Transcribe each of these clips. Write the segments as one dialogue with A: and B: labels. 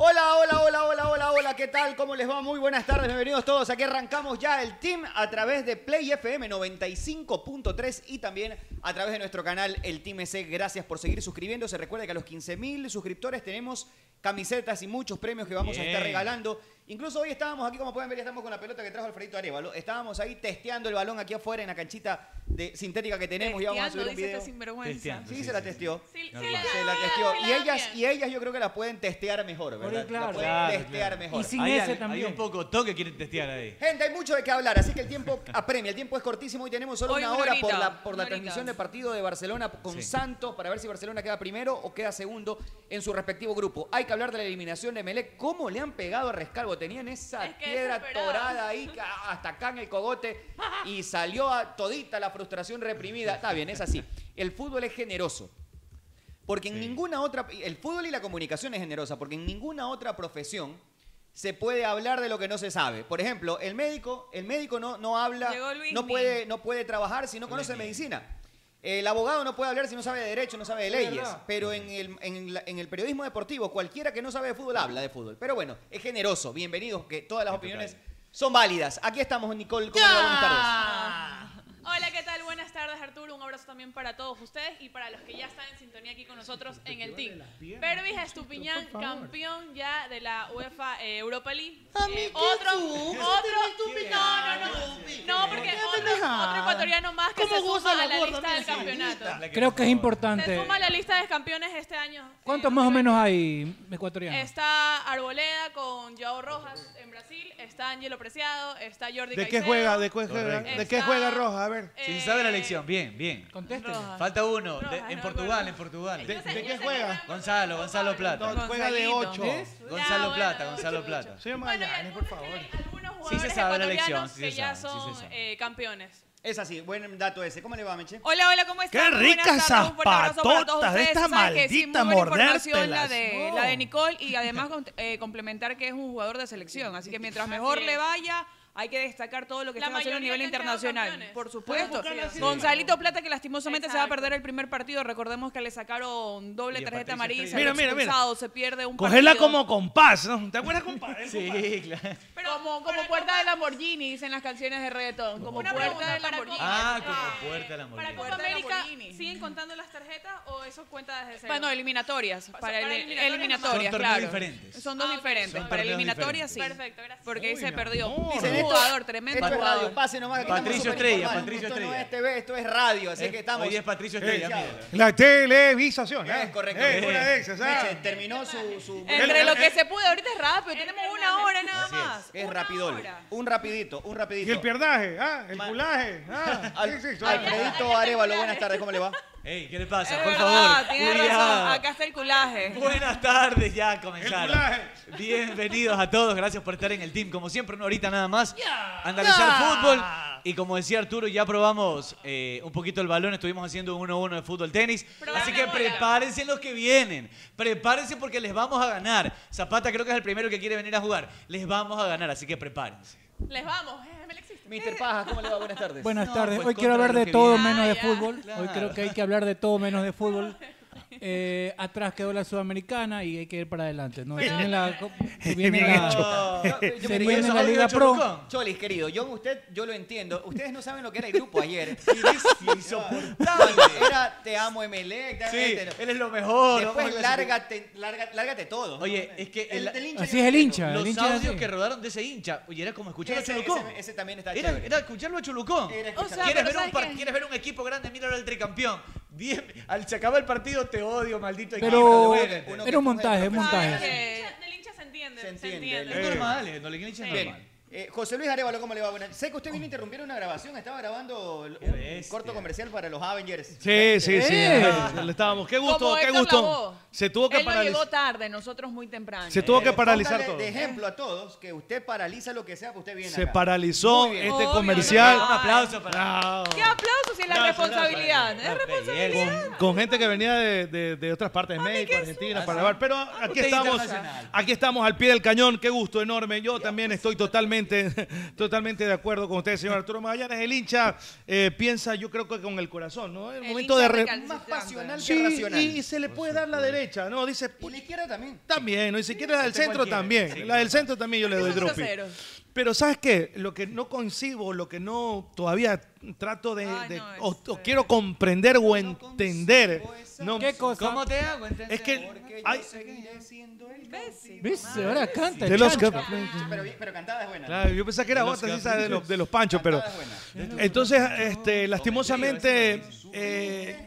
A: Hola, hola, hola, hola, hola, hola, ¿qué tal? ¿Cómo les va? Muy buenas tardes, bienvenidos todos. Aquí arrancamos ya el team a través de Play FM 95.3 y también a través de nuestro canal El Team EC. Gracias por seguir suscribiéndose. Recuerda que a los 15.000 suscriptores tenemos camisetas y muchos premios que vamos a estar
B: Bien.
A: regalando. Incluso hoy estábamos aquí, como pueden ver, ya estamos con la pelota que trajo Alfredito Arevalo. Estábamos ahí testeando el balón aquí afuera en la canchita de sintética que tenemos y vamos a subir
C: Testeando,
A: un
C: dice
A: video.
C: este sinvergüenza.
B: Testeando.
A: Sí, se la testeó.
C: Sí, sí,
B: Se
C: la-
A: Se la
C: sí,
A: testió.
C: la
A: Y
C: dan
A: ellas,
C: bien.
A: y ellas yo creo que las pueden testear mejor, ¿verdad?
D: Bueno, claro.
A: Las pueden
B: Claro,
A: testear
B: claro.
A: mejor.
D: Y sin
B: Hay
D: ese
B: al- hay
D: también.
B: un poco de toque que quieren testear ahí.
A: Gente, hay mucho de qué hablar, así que el tiempo apremia, el tiempo es cortísimo y tenemos solo
C: Hoy
A: una
C: una
A: hora por
C: horita,
A: la, por la
C: una horita.
A: transmisión del partido de Barcelona con
B: Sí.
A: Santos para ver si Barcelona queda primero o queda segundo en su respectivo grupo. Hay que hablar de la eliminación de Melec, cómo le han pegado a Rescalvo, tenían esa
C: Es que
A: piedra
C: desesperado.
A: torada ahí ca- hasta acá en el cogote y salió a todita la frustración reprimida. Está bien, es así. El fútbol es generoso. Porque en
B: Sí.
A: ninguna otra, el fútbol y la comunicación es generosa, porque en ninguna otra profesión se puede hablar de lo que no se sabe. Por ejemplo, el médico, el médico no, no habla,
C: Llegó Luismi.
A: no puede, no puede trabajar si no conoce
B: Luismi.
A: medicina. El abogado no puede hablar si no sabe de derecho, no sabe de leyes.
D: verdad.
A: Pero en el, en la- en el periodismo deportivo, cualquiera que no sabe de fútbol habla de fútbol. Pero bueno, es generoso. Bienvenidos, que todas las
B: En
A: opiniones
B: total.
A: son válidas. Aquí estamos, Nicole. ¿Cómo le va? Buenas tardes.
C: Ah. Hola, ¿qué tal? Buenas tardes, Arturo. Un abrazo también para todos ustedes y para los que ya están en sintonía aquí con nosotros en el team. Pervis Estupiñán, campeón ya de la UEFA eh, Europa League. Eh, otro, otro, no, no, Este no, no, porque otro, otro ecuatoriano más que se suma a la lista del campeonato.
D: Creo que es
C: Se
D: importante.
C: suma a la lista de campeones este año.
D: ¿Cuántos
C: Eh,
D: más o
C: no sé.
D: menos hay ecuatorianos?
C: Este, Está Arboleda con Joao Rojas en Brasil, está Angelo Preciado, está Jordi
E: ¿De qué
C: Caicedo,
E: juega? ¿De qué juega?
B: Correcto.
E: ¿De qué
C: Está-
E: juega Roja? A ver.
C: eh,
B: Si sabe la lección, bien, bien.
D: Contesten.
C: Rojas.
B: Falta uno,
C: Rojas,
B: de-
C: no
B: en
C: me
B: Portugal,
C: acuerdo.
B: en Portugal.
C: Yo sé-
E: de
C: yo
E: qué
C: sé que
E: juega?
C: juegan con
B: Gonzalo, Gonzalo Plata.
E: No, juega de
C: Gonzalito.
E: ocho. ¿Es?
C: Ya,
B: Gonzalo
C: Ah, bueno,
B: Plata,
C: no,
B: Gonzalo Plata.
E: Soy
C: Bueno, hay
E: Magallanes, por
C: algunos,
E: favor.
C: que, algunos
B: Sí
C: jugadores
B: se sabe la
C: ecuatorianos
B: elección, sí
C: que
B: se
C: ya
B: sabe, sí
C: son
B: se sabe.
C: eh, campeones.
A: Es así, buen dato ese. ¿Cómo le va, Meche?
F: Hola, hola, ¿cómo están?
E: ¡Qué
F: Muy buenas
E: ricas
F: tardes, un fuerte abrazo para todos
E: zapatotas de
F: ustedes.
E: esta
F: Saben que sí,
E: maldita
F: muy buena información la
E: mordértelas.
F: de,
E: No.
F: la de Nicole y además con- eh, complementar que es un jugador de selección. Así que mientras mejor
C: es.
F: le vaya, hay que destacar todo lo que
C: La
F: están haciendo a
C: mayoría
F: nivel
C: que han quedado
F: internacional.
C: campeones.
F: Por supuesto.
C: Pueden buscarla así.
F: Gonzalito Plata, que lastimosamente se va a
C: Exacto.
F: perder el primer partido. Recordemos que le sacaron doble
B: Y a
F: tarjeta
B: Patricia
F: amarilla.
B: Estrella.
F: se había
E: Mira, mira, mira.
F: expulsado, Se pierde un
E: Cogela
F: partido.
E: como compás, ¿no? ¿Te acuerdas compás? El compás.
B: Sí, claro.
C: Pero,
F: como, como
C: pero
F: puerta
C: Copa-
F: de Lamborghini, dicen las canciones de reggaetón. Como
C: Una
F: puerta
C: pregunta
F: de
C: para
F: Lamborghini.
C: Copa.
B: Ah,
C: Eh,
B: como puerta de
C: Para
B: Lamborghini.
C: Copa
F: Puerta de
C: América,
F: Lamborghini.
C: ¿siguen contando las tarjetas o eso cuenta desde cero?
F: Bueno, eliminatorias. Para
C: para
F: el-
C: eliminatorias
F: eliminatorias,
B: nomás. Son
F: claro.
B: torneos diferentes.
F: Son dos
C: Ah, ok.
F: diferentes.
B: Son
F: para
B: torneos
F: eliminatorias, sí.
B: diferentes.
C: Perfecto, Este gracias.
F: Porque ahí se perdió.
A: Dicen,
F: Un
A: esto-
F: jugador, tremendo
A: Esto es radio,
F: jugador.
A: pase nomás. aquí estamos
B: Patricio
A: súper
B: Estrella,
A: informados.
B: Patricio
A: Esto no
B: Estrella.
A: es TV, esto es radio, así que estamos...
B: Hoy es Patricio Estrella,
A: Eh,
B: mira.
E: La televisación. ¿eh?
A: Es correcto.
E: Eh, una de esas, ¿ah?
A: Meche, terminó su... su-
F: Entre lo que se pudo, ahorita es rápido. Tenemos una hora nada
B: Así es.
F: más.
A: Es
F: Una
A: rapidol.
F: hora.
A: Un rapidito, un
E: Y
A: rapidito.
E: el pierdaje, ¿ah? El
A: Ma-
E: culaje, ¿ah?
A: Al-
E: Sí, sí, suena.
A: Alfredito Arevalo, buenas tardes, ¿cómo le va?
B: Ey, ¿qué le pasa?
F: Es
B: Por
F: verdad,
B: favor,
F: tiene
B: cuidado.
F: Ah, razón. Acá está el culaje.
B: Buenas tardes, ya
E: El
B: comenzaron.
E: culaje.
B: Bienvenidos a todos, gracias por estar en el team. Como siempre, una horita nada más. Analizar fútbol. Y como decía Arturo, ya probamos eh, un poquito el balón, estuvimos haciendo un 1-1 de fútbol tenis.
C: Probame
B: Así que
C: bola.
B: prepárense los que vienen. Prepárense porque les vamos a ganar. Zapata creo que es el primero que quiere venir a jugar. Les vamos a ganar, así que prepárense.
C: Les vamos, eh, me la existe.
A: Mr. Pajas, ¿cómo le va? Buenas tardes.
D: Buenas
B: No,
D: tardes.
B: pues
D: Hoy quiero
B: contra
D: hablar
B: los
D: de
B: que
D: todo
B: vienen.
D: menos de
C: Ah,
D: fútbol.
B: ya.
D: Hoy creo que hay que hablar de todo menos de fútbol. Eh, atrás quedó la sudamericana y hay que ir para adelante. ¿no? Se viene la, se viene
E: Bien
D: la-
A: No, Ah, yo- yo
D: se
A: me-
D: viene
B: eso,
D: la
B: audio
D: Liga
B: de
D: Pro.
B: Cholucón.
A: Cholis, querido, yo usted, yo lo entiendo. Ustedes no saben lo que era el grupo ayer.
B: Insoportable.
A: Cuando Era te amo E, Emelec,
B: Sí,
A: te-
B: él es lo mejor. vamos a
A: Después
B: clasificar.
A: lárgate, larga- lárgate todo.
B: Oye, es que el-
A: del hincha
D: Así
A: yo
D: es el
A: entiendo.
D: hincha. el
B: Los
D: hincha es
B: audios
D: así.
B: que rodaron de ese hincha, oye, era como escuchar a
A: Ese-
B: Cholucón.
A: ese- ese también está
B: Era,
A: chévere.
B: era escucharlo a Cholucón.
A: Era
F: O sea,
B: ¿Quieres ver,
F: pero
B: un
F: ¿sabes
B: par-
F: qué?
B: ¿Quieres ver un equipo grande? Míralo al tricampeón. Bien, al, se acaba el partido, te odio, maldito equipo.
D: Pero
B: devuélvete.
A: uno-
D: era un montaje, es
A: No,
C: Ah,
D: montaje.
F: este,
C: del hincha- del hincha se entiende.
A: Se
C: Se
A: entiende,
C: entiende.
A: el-
B: Es normal, eh, no le hincha es
A: Bien.
B: normal.
A: Eh, José Luis Arevalo, ¿cómo le va? Buenas- Sé que usted vino a interrumpir una grabación, estaba grabando l-
B: Qué
A: un
B: bestia.
A: corto comercial para los Avengers.
E: Sí, sí, sí.
D: Eh.
E: ajá, le Estábamos. Qué gusto,
F: Como
E: qué
F: Héctor
E: gusto.
F: Lavoe.
E: Se tuvo que
F: Él no llegó
E: paralizar.
F: tarde, nosotros muy temprano.
E: Se tuvo que
A: Pero
E: paralizar
A: póngale
E: todo.
A: de ejemplo a todos que usted paraliza lo que sea que usted viene
E: Se
A: acá.
E: paralizó
A: Muy bien.
E: este
F: Obvio,
E: comercial.
F: no,
B: Un aplauso para.
E: Bravo.
F: ¡Qué aplausos! Y es la
B: Aplauso,
F: responsabilidad.
B: aplauso,
F: Es
B: aplauso.
F: responsabilidad.
B: Bien.
E: Con gente que venía de, de- de otras partes, de México, Argentina, para grabar. Pero aquí
B: usted
E: estamos,
B: internacional.
E: aquí estamos al pie del cañón. Qué gusto enorme. Yo también estoy totalmente, totalmente de acuerdo con usted, señor Arturo Magallanes. El hincha eh, piensa, yo creo que con el corazón, ¿no? El,
F: El
E: momento
F: hincha
E: de... re-
F: recalcitrante.
A: Más pasional
E: Sí,
A: que racional.
E: y, y se le puede dar la derecha, ¿no? Dice,
A: Y
E: "Pu-
A: la izquierda también.
E: también, ¿no? Y si quiere la del centro también. La del centro también yo le doy
F: Son
E: dropping.
F: groseros.
E: Pero ¿sabes qué? Lo que no concibo, lo que no todavía trato de...
F: Ay,
E: de-
F: no, es-
E: o, o quiero comprender o
A: No concibo
E: entender.
A: esa-
E: No,
D: ¿Qué cosa?
B: ¿Cómo te hago? entender?
E: Es que-
A: Porque
E: Ay.
A: yo seguiré siendo el cautivo. Ah,
D: ¿Viste? Ahora canta.
E: de los
D: chancho.
E: cap-
A: Pero, bien- pero cantada es buena.
E: Claro, yo pensaba que era
B: De los
E: otra, sí,
B: Capri-
E: esa de los, de los panchos, pero...
A: Cantada es buena.
E: Entonces, este, lastimosamente... eh,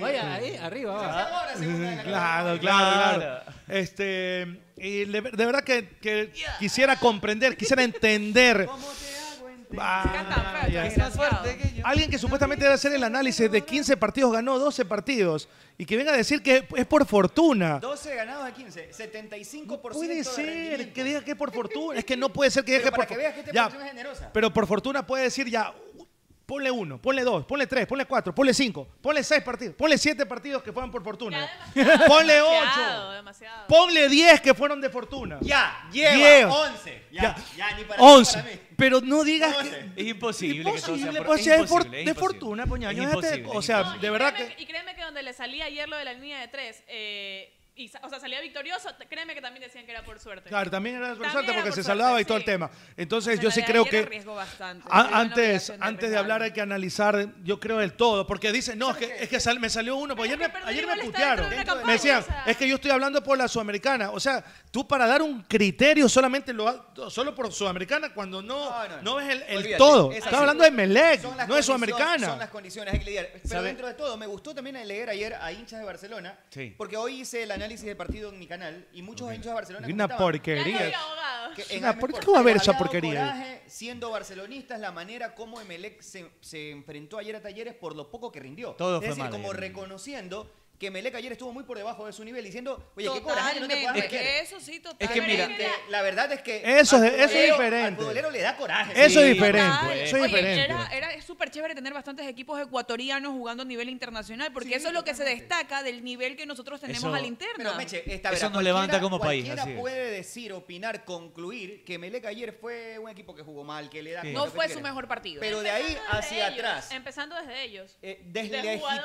D: Vaya, ahí, arriba, va.
A: Ahora, segunda de la
E: Ah, claro, claro,
B: Claro.
E: claro. Este, y le- de, verdad que, que quisiera comprender, quisiera entender.
A: ¿Cómo te hago entender?
E: Ah,
F: Cantan feo,
E: ya.
F: desgraciado.
E: Alguien que supuestamente debe hacer el análisis de 15 partidos, ganó 12 partidos, y que venga a decir que es por fortuna.
A: 12 ganados a 15, 75%
E: Puede
A: de
E: ser
A: rendimiento.
E: que diga que es por fortuna. Es que no puede ser que diga
A: Pero
E: que
A: para
E: por
A: que
E: fo-
A: veas que esta
E: Ya,
A: producción es generosa.
E: Pero por fortuna puede decir ya, u- ponle uno, ponle dos, ponle tres, ponle cuatro, ponle cinco, ponle seis partidos, ponle siete partidos que fueron por fortuna. Ponle
C: Demasiado,
E: ocho,
C: demasiado.
E: ponle diez que fueron de fortuna.
A: Ya, lleva
E: Diez.
A: 11. Ya, ya,
E: Ya.
A: ni para
E: Once.
A: ti, ni para mí.
E: Pero no digas
A: Once.
E: que...
B: Es imposible. que todo
E: Imposible,
B: por-
E: o sea, es
B: imposible,
E: for-
B: es
E: de
B: imposible.
E: fortuna, Poñaño,
B: Es
E: es este-
B: imposible,
E: o
B: es
E: sea,
B: imposible.
E: de
C: y
E: verdad
C: créeme
E: que-
C: Y créeme que donde le salía ayer lo de la línea de tres, eh, y sa- o sea, salía victorioso, t- créeme que también decían que era por suerte.
E: Claro, también era por
F: También
E: suerte
F: era
E: porque
F: por
E: se
F: suerte,
E: salvaba y todo el
F: sí.
E: tema. Entonces
F: O sea,
E: yo
F: la
E: sí
F: de
E: creo
F: ayer
E: que...
F: arriesgó bastante.
E: A-
F: Tuve una
E: antes
F: obligación de
E: antes de
F: arriesgar.
E: hablar hay que analizar, yo creo, el todo, porque dicen, no, es que, es que sal- me salió uno, porque
C: Pero
E: ayer
C: es que
E: me,
C: perder
E: ayer
C: igual
E: me
C: está dentro
E: putearon.
C: de una
E: Me
C: campaña,
E: decían,
C: o sea.
E: es que yo estoy hablando por la sudamericana. O sea, tú para dar un criterio solamente lo ha- solo por sudamericana cuando no,
A: No,
E: no,
A: no, no.
E: ves el, el
A: Olvídate,
E: todo.
A: es
E: Estás
A: así.
E: hablando de Melec,
A: Son las
E: no de
A: condiciones- Son las
E: sudamericana.
A: condiciones, hay que lidiar. Pero
B: ¿Sabe?
A: dentro de todo, me gustó también leer ayer a hinchas de Barcelona,
B: Sí.
A: porque hoy hice el análisis del partido en mi canal y muchos hinchas de Barcelona
E: Una
A: comentaban
C: Ya no
E: porquería.
C: había abogado.
A: que en
E: Una
A: AM
E: por-
A: Sport
E: ¿qué va a haber
A: había
E: esa
A: dado
E: porquería ahí?
A: coraje, siendo barcelonistas, la manera como Emelec se, se enfrentó ayer a Talleres por lo poco que rindió.
B: Todo
A: es
B: fue
A: decir,
B: mal
A: como
B: ayer.
A: reconociendo que Emelec ayer estuvo muy por debajo de su nivel, diciendo, oye, qué coraje, no te puedas
F: Totalmente.
A: meter.
F: que Eso sí, totalmente.
B: que mira,
A: Realmente, La verdad es que.
E: Eso es-
A: al
E: eso es
A: futbolero-
E: diferente.
A: Al futbolero le da coraje.
E: Eso
B: Sí,
E: es diferente,
F: Total.
E: eso es
F: Oye,
E: diferente.
F: Era, era- es súper chévere tener bastantes equipos ecuatorianos jugando a nivel internacional, porque eso es lo que se destaca del nivel que nosotros tenemos
B: Eso-
F: al interno.
A: Pero Meche, esta verá,
B: Eso nos
A: cualquiera-
B: levanta como país,
A: cualquiera
B: así es.
A: puede decir, opinar, concluir que Melec ayer fue un equipo que jugó mal, que le da.
B: Sí.
A: coraje,
F: no
A: lo que
F: fue
A: tú
F: su
A: quieras.
F: mejor partido.
A: Pero de ahí
C: Empezando desde
A: hacia
C: ellos,
A: atrás.
C: Empezando desde ellos.
A: eh,
C: de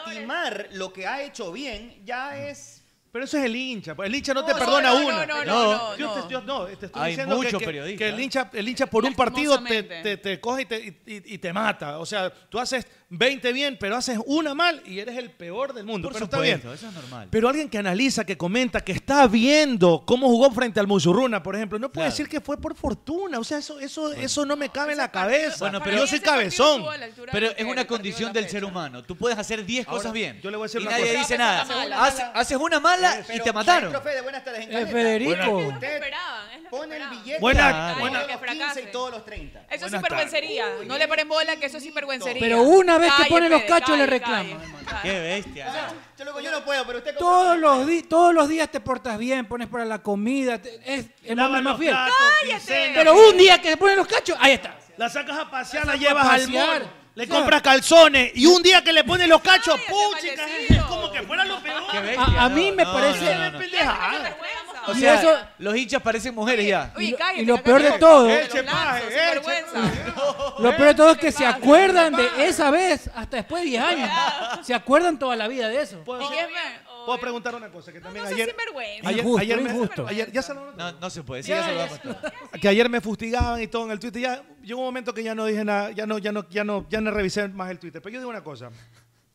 A: deslegitimar lo que ha hecho bien ya es.
E: Pero eso es el hincha. pues, El hincha no,
F: No,
E: te
F: no,
E: perdona
F: no,
E: uno.
F: no,
B: No.
F: no, no,
E: Yo
F: no.
E: te, yo- no, te estoy
B: Hay ¿eh?
E: diciendo que-
B: muchos
E: que,
B: periodistas.
E: que el hincha, el hincha por un partido te,
F: Lastimosamente.
E: te- te coge y te, y- y- y te mata. O sea, tú haces 20 bien, pero haces una mal y eres el peor del mundo.
B: Por
E: pero está
B: supuesto,
E: bien.
B: eso es normal.
E: Pero alguien que analiza, que comenta, que está viendo cómo jugó frente al Musurruna, por ejemplo, no puede
B: Claro.
E: decir que fue por fortuna. O sea, eso, eso, eso no me cabe en la cabeza.
B: Bueno,
F: Para
B: pero-
F: mí
E: yo soy
F: ese partido
E: cabezón.
F: estuvo a la altura
B: Pero
F: de
B: es
F: lo que
B: una
F: el partido
B: condición
F: de la
B: del ser
F: fecha.
B: humano. Tú puedes hacer 10
E: Ahora,
B: cosas bien.
E: yo le voy a decir
B: y
E: una
B: nadie
E: cosa. Eh,
B: dice
F: Pero
B: nada.
F: haces una
B: Hace-
A: mala.
B: Haces una mala y
A: Pero
B: te mataron.
A: maestro Fede, buenas tardes, en
D: Eh,
A: Caleta.
D: Federico.
A: Usted
C: Es lo que esperaban, es lo que
A: pone el
C: esperaban.
A: billete.
E: Buena-
A: Todos
B: buena-
A: los
F: Que fracase.
A: 15 y todos los 30.
F: Eso es
E: Buenas
F: sinvergüencería.
A: tardes.
F: No le paren bola, que eso es sinvergüencería.
D: Pero una vez que
F: Calle,
D: pone los
F: Fede,
D: cachos,
F: calle,
D: le reclama.
F: calle.
B: Qué
F: Calle.
A: O sea,
B: bestia.
A: yo, loco, yo no puedo, pero usted.
D: Todos los, di- todos los días te portas bien, pones para la comida, te- es el
E: Lava
D: hombre más
E: los
D: fiel.
E: platos,
F: Cállate.
E: cena,
D: Pero un día que te ponen los cachos, ahí está.
E: La sacas a pasear,
D: La
E: la,
D: saco
E: llevas
D: a
E: al
D: pasear.
E: mall, le
D: O sea,
E: compras calzones y un día que le pones los cachos,
F: Cállate,
E: puchica,
F: maldecido.
E: es como que fuera lo peor.
B: Qué bestia.
D: A, a mí
B: no,
D: me
B: no,
D: parece...
B: no, no, no.
E: Pendeja.
C: Vergüenza.
B: O
D: Y
B: sea,
D: eso-
B: los hinchas parecen mujeres ya.
D: Y
F: Oye,
D: lo-
F: cállate.
D: y lo
F: la
D: peor de
F: calle.
D: todo-
F: Los
D: Eh,
F: lanzos,
E: chepaje, eh,
F: sinvergüenza.
D: Lo peor de todo es que
F: Te
D: se
F: pasa,
D: acuerdan
F: te
D: de
F: pasa.
D: esa vez hasta después de 10 años. Se acuerdan toda la vida de eso.
E: ¿Puedo,
F: ¿Y
E: hacer-
F: qué es ver?
E: puedo
C: Obvio.
E: preguntar una cosa que también
F: No seas
E: ayer,
F: sinvergüenza.
E: ayer,
D: Injusto,
E: ayer me-
D: injusto.
E: ayer- ya se lo noto.
B: No, no se puede. Sí, ya se lo vamos a contar.
E: que ayer me fustigaban y todo en el Twitter. Ya llegó un momento que ya no dije nada, ya no, ya no, ya no, ya no revisé más el Twitter. Pero yo digo una cosa.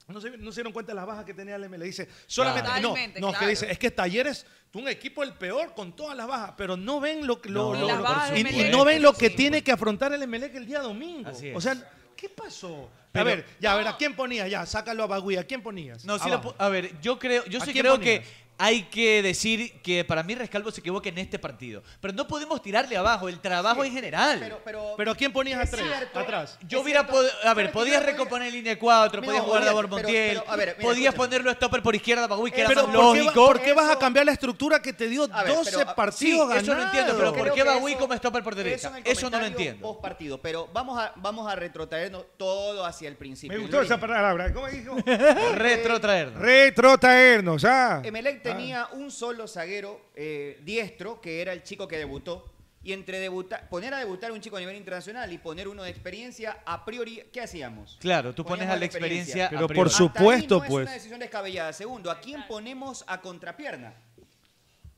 E: No se, no se dieron cuenta de las bajas que tenía el MLE. Dice, solamente.
F: Claro.
E: No,
F: Totalmente,
E: no, que
F: claro.
E: dice, es que Talleres, tú un equipo el peor con todas las bajas, pero no ven lo, que- lo,
B: No,
E: lo-
F: las
E: lo-
F: bajas del
E: y- y
F: Emelec,
E: no ven lo que
F: sí.
E: tiene que afrontar el MLE el día domingo.
B: Así es.
E: O sea, ¿qué pasó? a
B: Pero-
E: ver, ya, a ver, ¿a quién ponías? Ya, sácalo a Bagui, ¿a quién ponías?
B: No, sí la
E: Abajo.
B: pu- a ver, yo creo, yo
E: Ah, ¿A
B: sí
E: quién
B: creo
E: ponías?
B: que hay que decir que para mí Rescalvo se equivoca en este partido, pero no podemos tirarle abajo el trabajo en general.
A: Pero, pero,
E: Pero ¿a quién ponías
A: Es
E: atrás?
A: cierto.
E: atrás?
B: yo
A: es
B: hubiera
A: cierto.
B: podido, a
A: Pero es
B: ver,
A: que
B: podías
A: yo no podía-
B: recomodar en línea 4,
A: Mira,
B: podías jugar a
A: olvídate, pero-
B: Bormontiel,
A: pero, a ver, mira,
B: podías
A: escúchame.
B: ponerlo a stopper por izquierda para Uy, que
A: Eh,
B: era
E: Pero
B: más
E: ¿por qué, va-
B: lógico.
E: por qué vas a
A: Eso-
E: cambiar la estructura que te dio
A: A ver,
E: 12
A: pero, ah, a-
B: Sí,
E: partidos
B: eso lo entiendo, pero
E: ganados?
B: ¿por
A: Creo
B: qué
A: que
B: va
A: eso-
B: Wii como stopper por
A: eso
B: derecha?
A: en el
B: Eso no lo
A: comentario
B: entiendo.
A: post partido, pero vamos a, vamos a retrotraernos todo hacia el principio.
E: Me gustó
A: El
E: esa
A: origen.
E: palabra. ¿Cómo dijo?
B: Retrotraernos.
E: Retrotraernos, ah.
A: eh, Emelec tenía un solo zaguero eh, diestro, que era el chico que debutó, Y entre debutar, poner a debutar un chico a nivel internacional y poner uno de experiencia, a priori, ¿qué hacíamos?
B: Claro, tú
A: Poníamos
B: pones a la
A: de
B: experiencia.
E: Pero
B: a
E: por
B: priori.
E: su-
A: Hasta ahí
E: supuesto,
A: no Es
E: pues.
A: una decisión descabellada. Segundo, ¿a quién ponemos a contrapierna?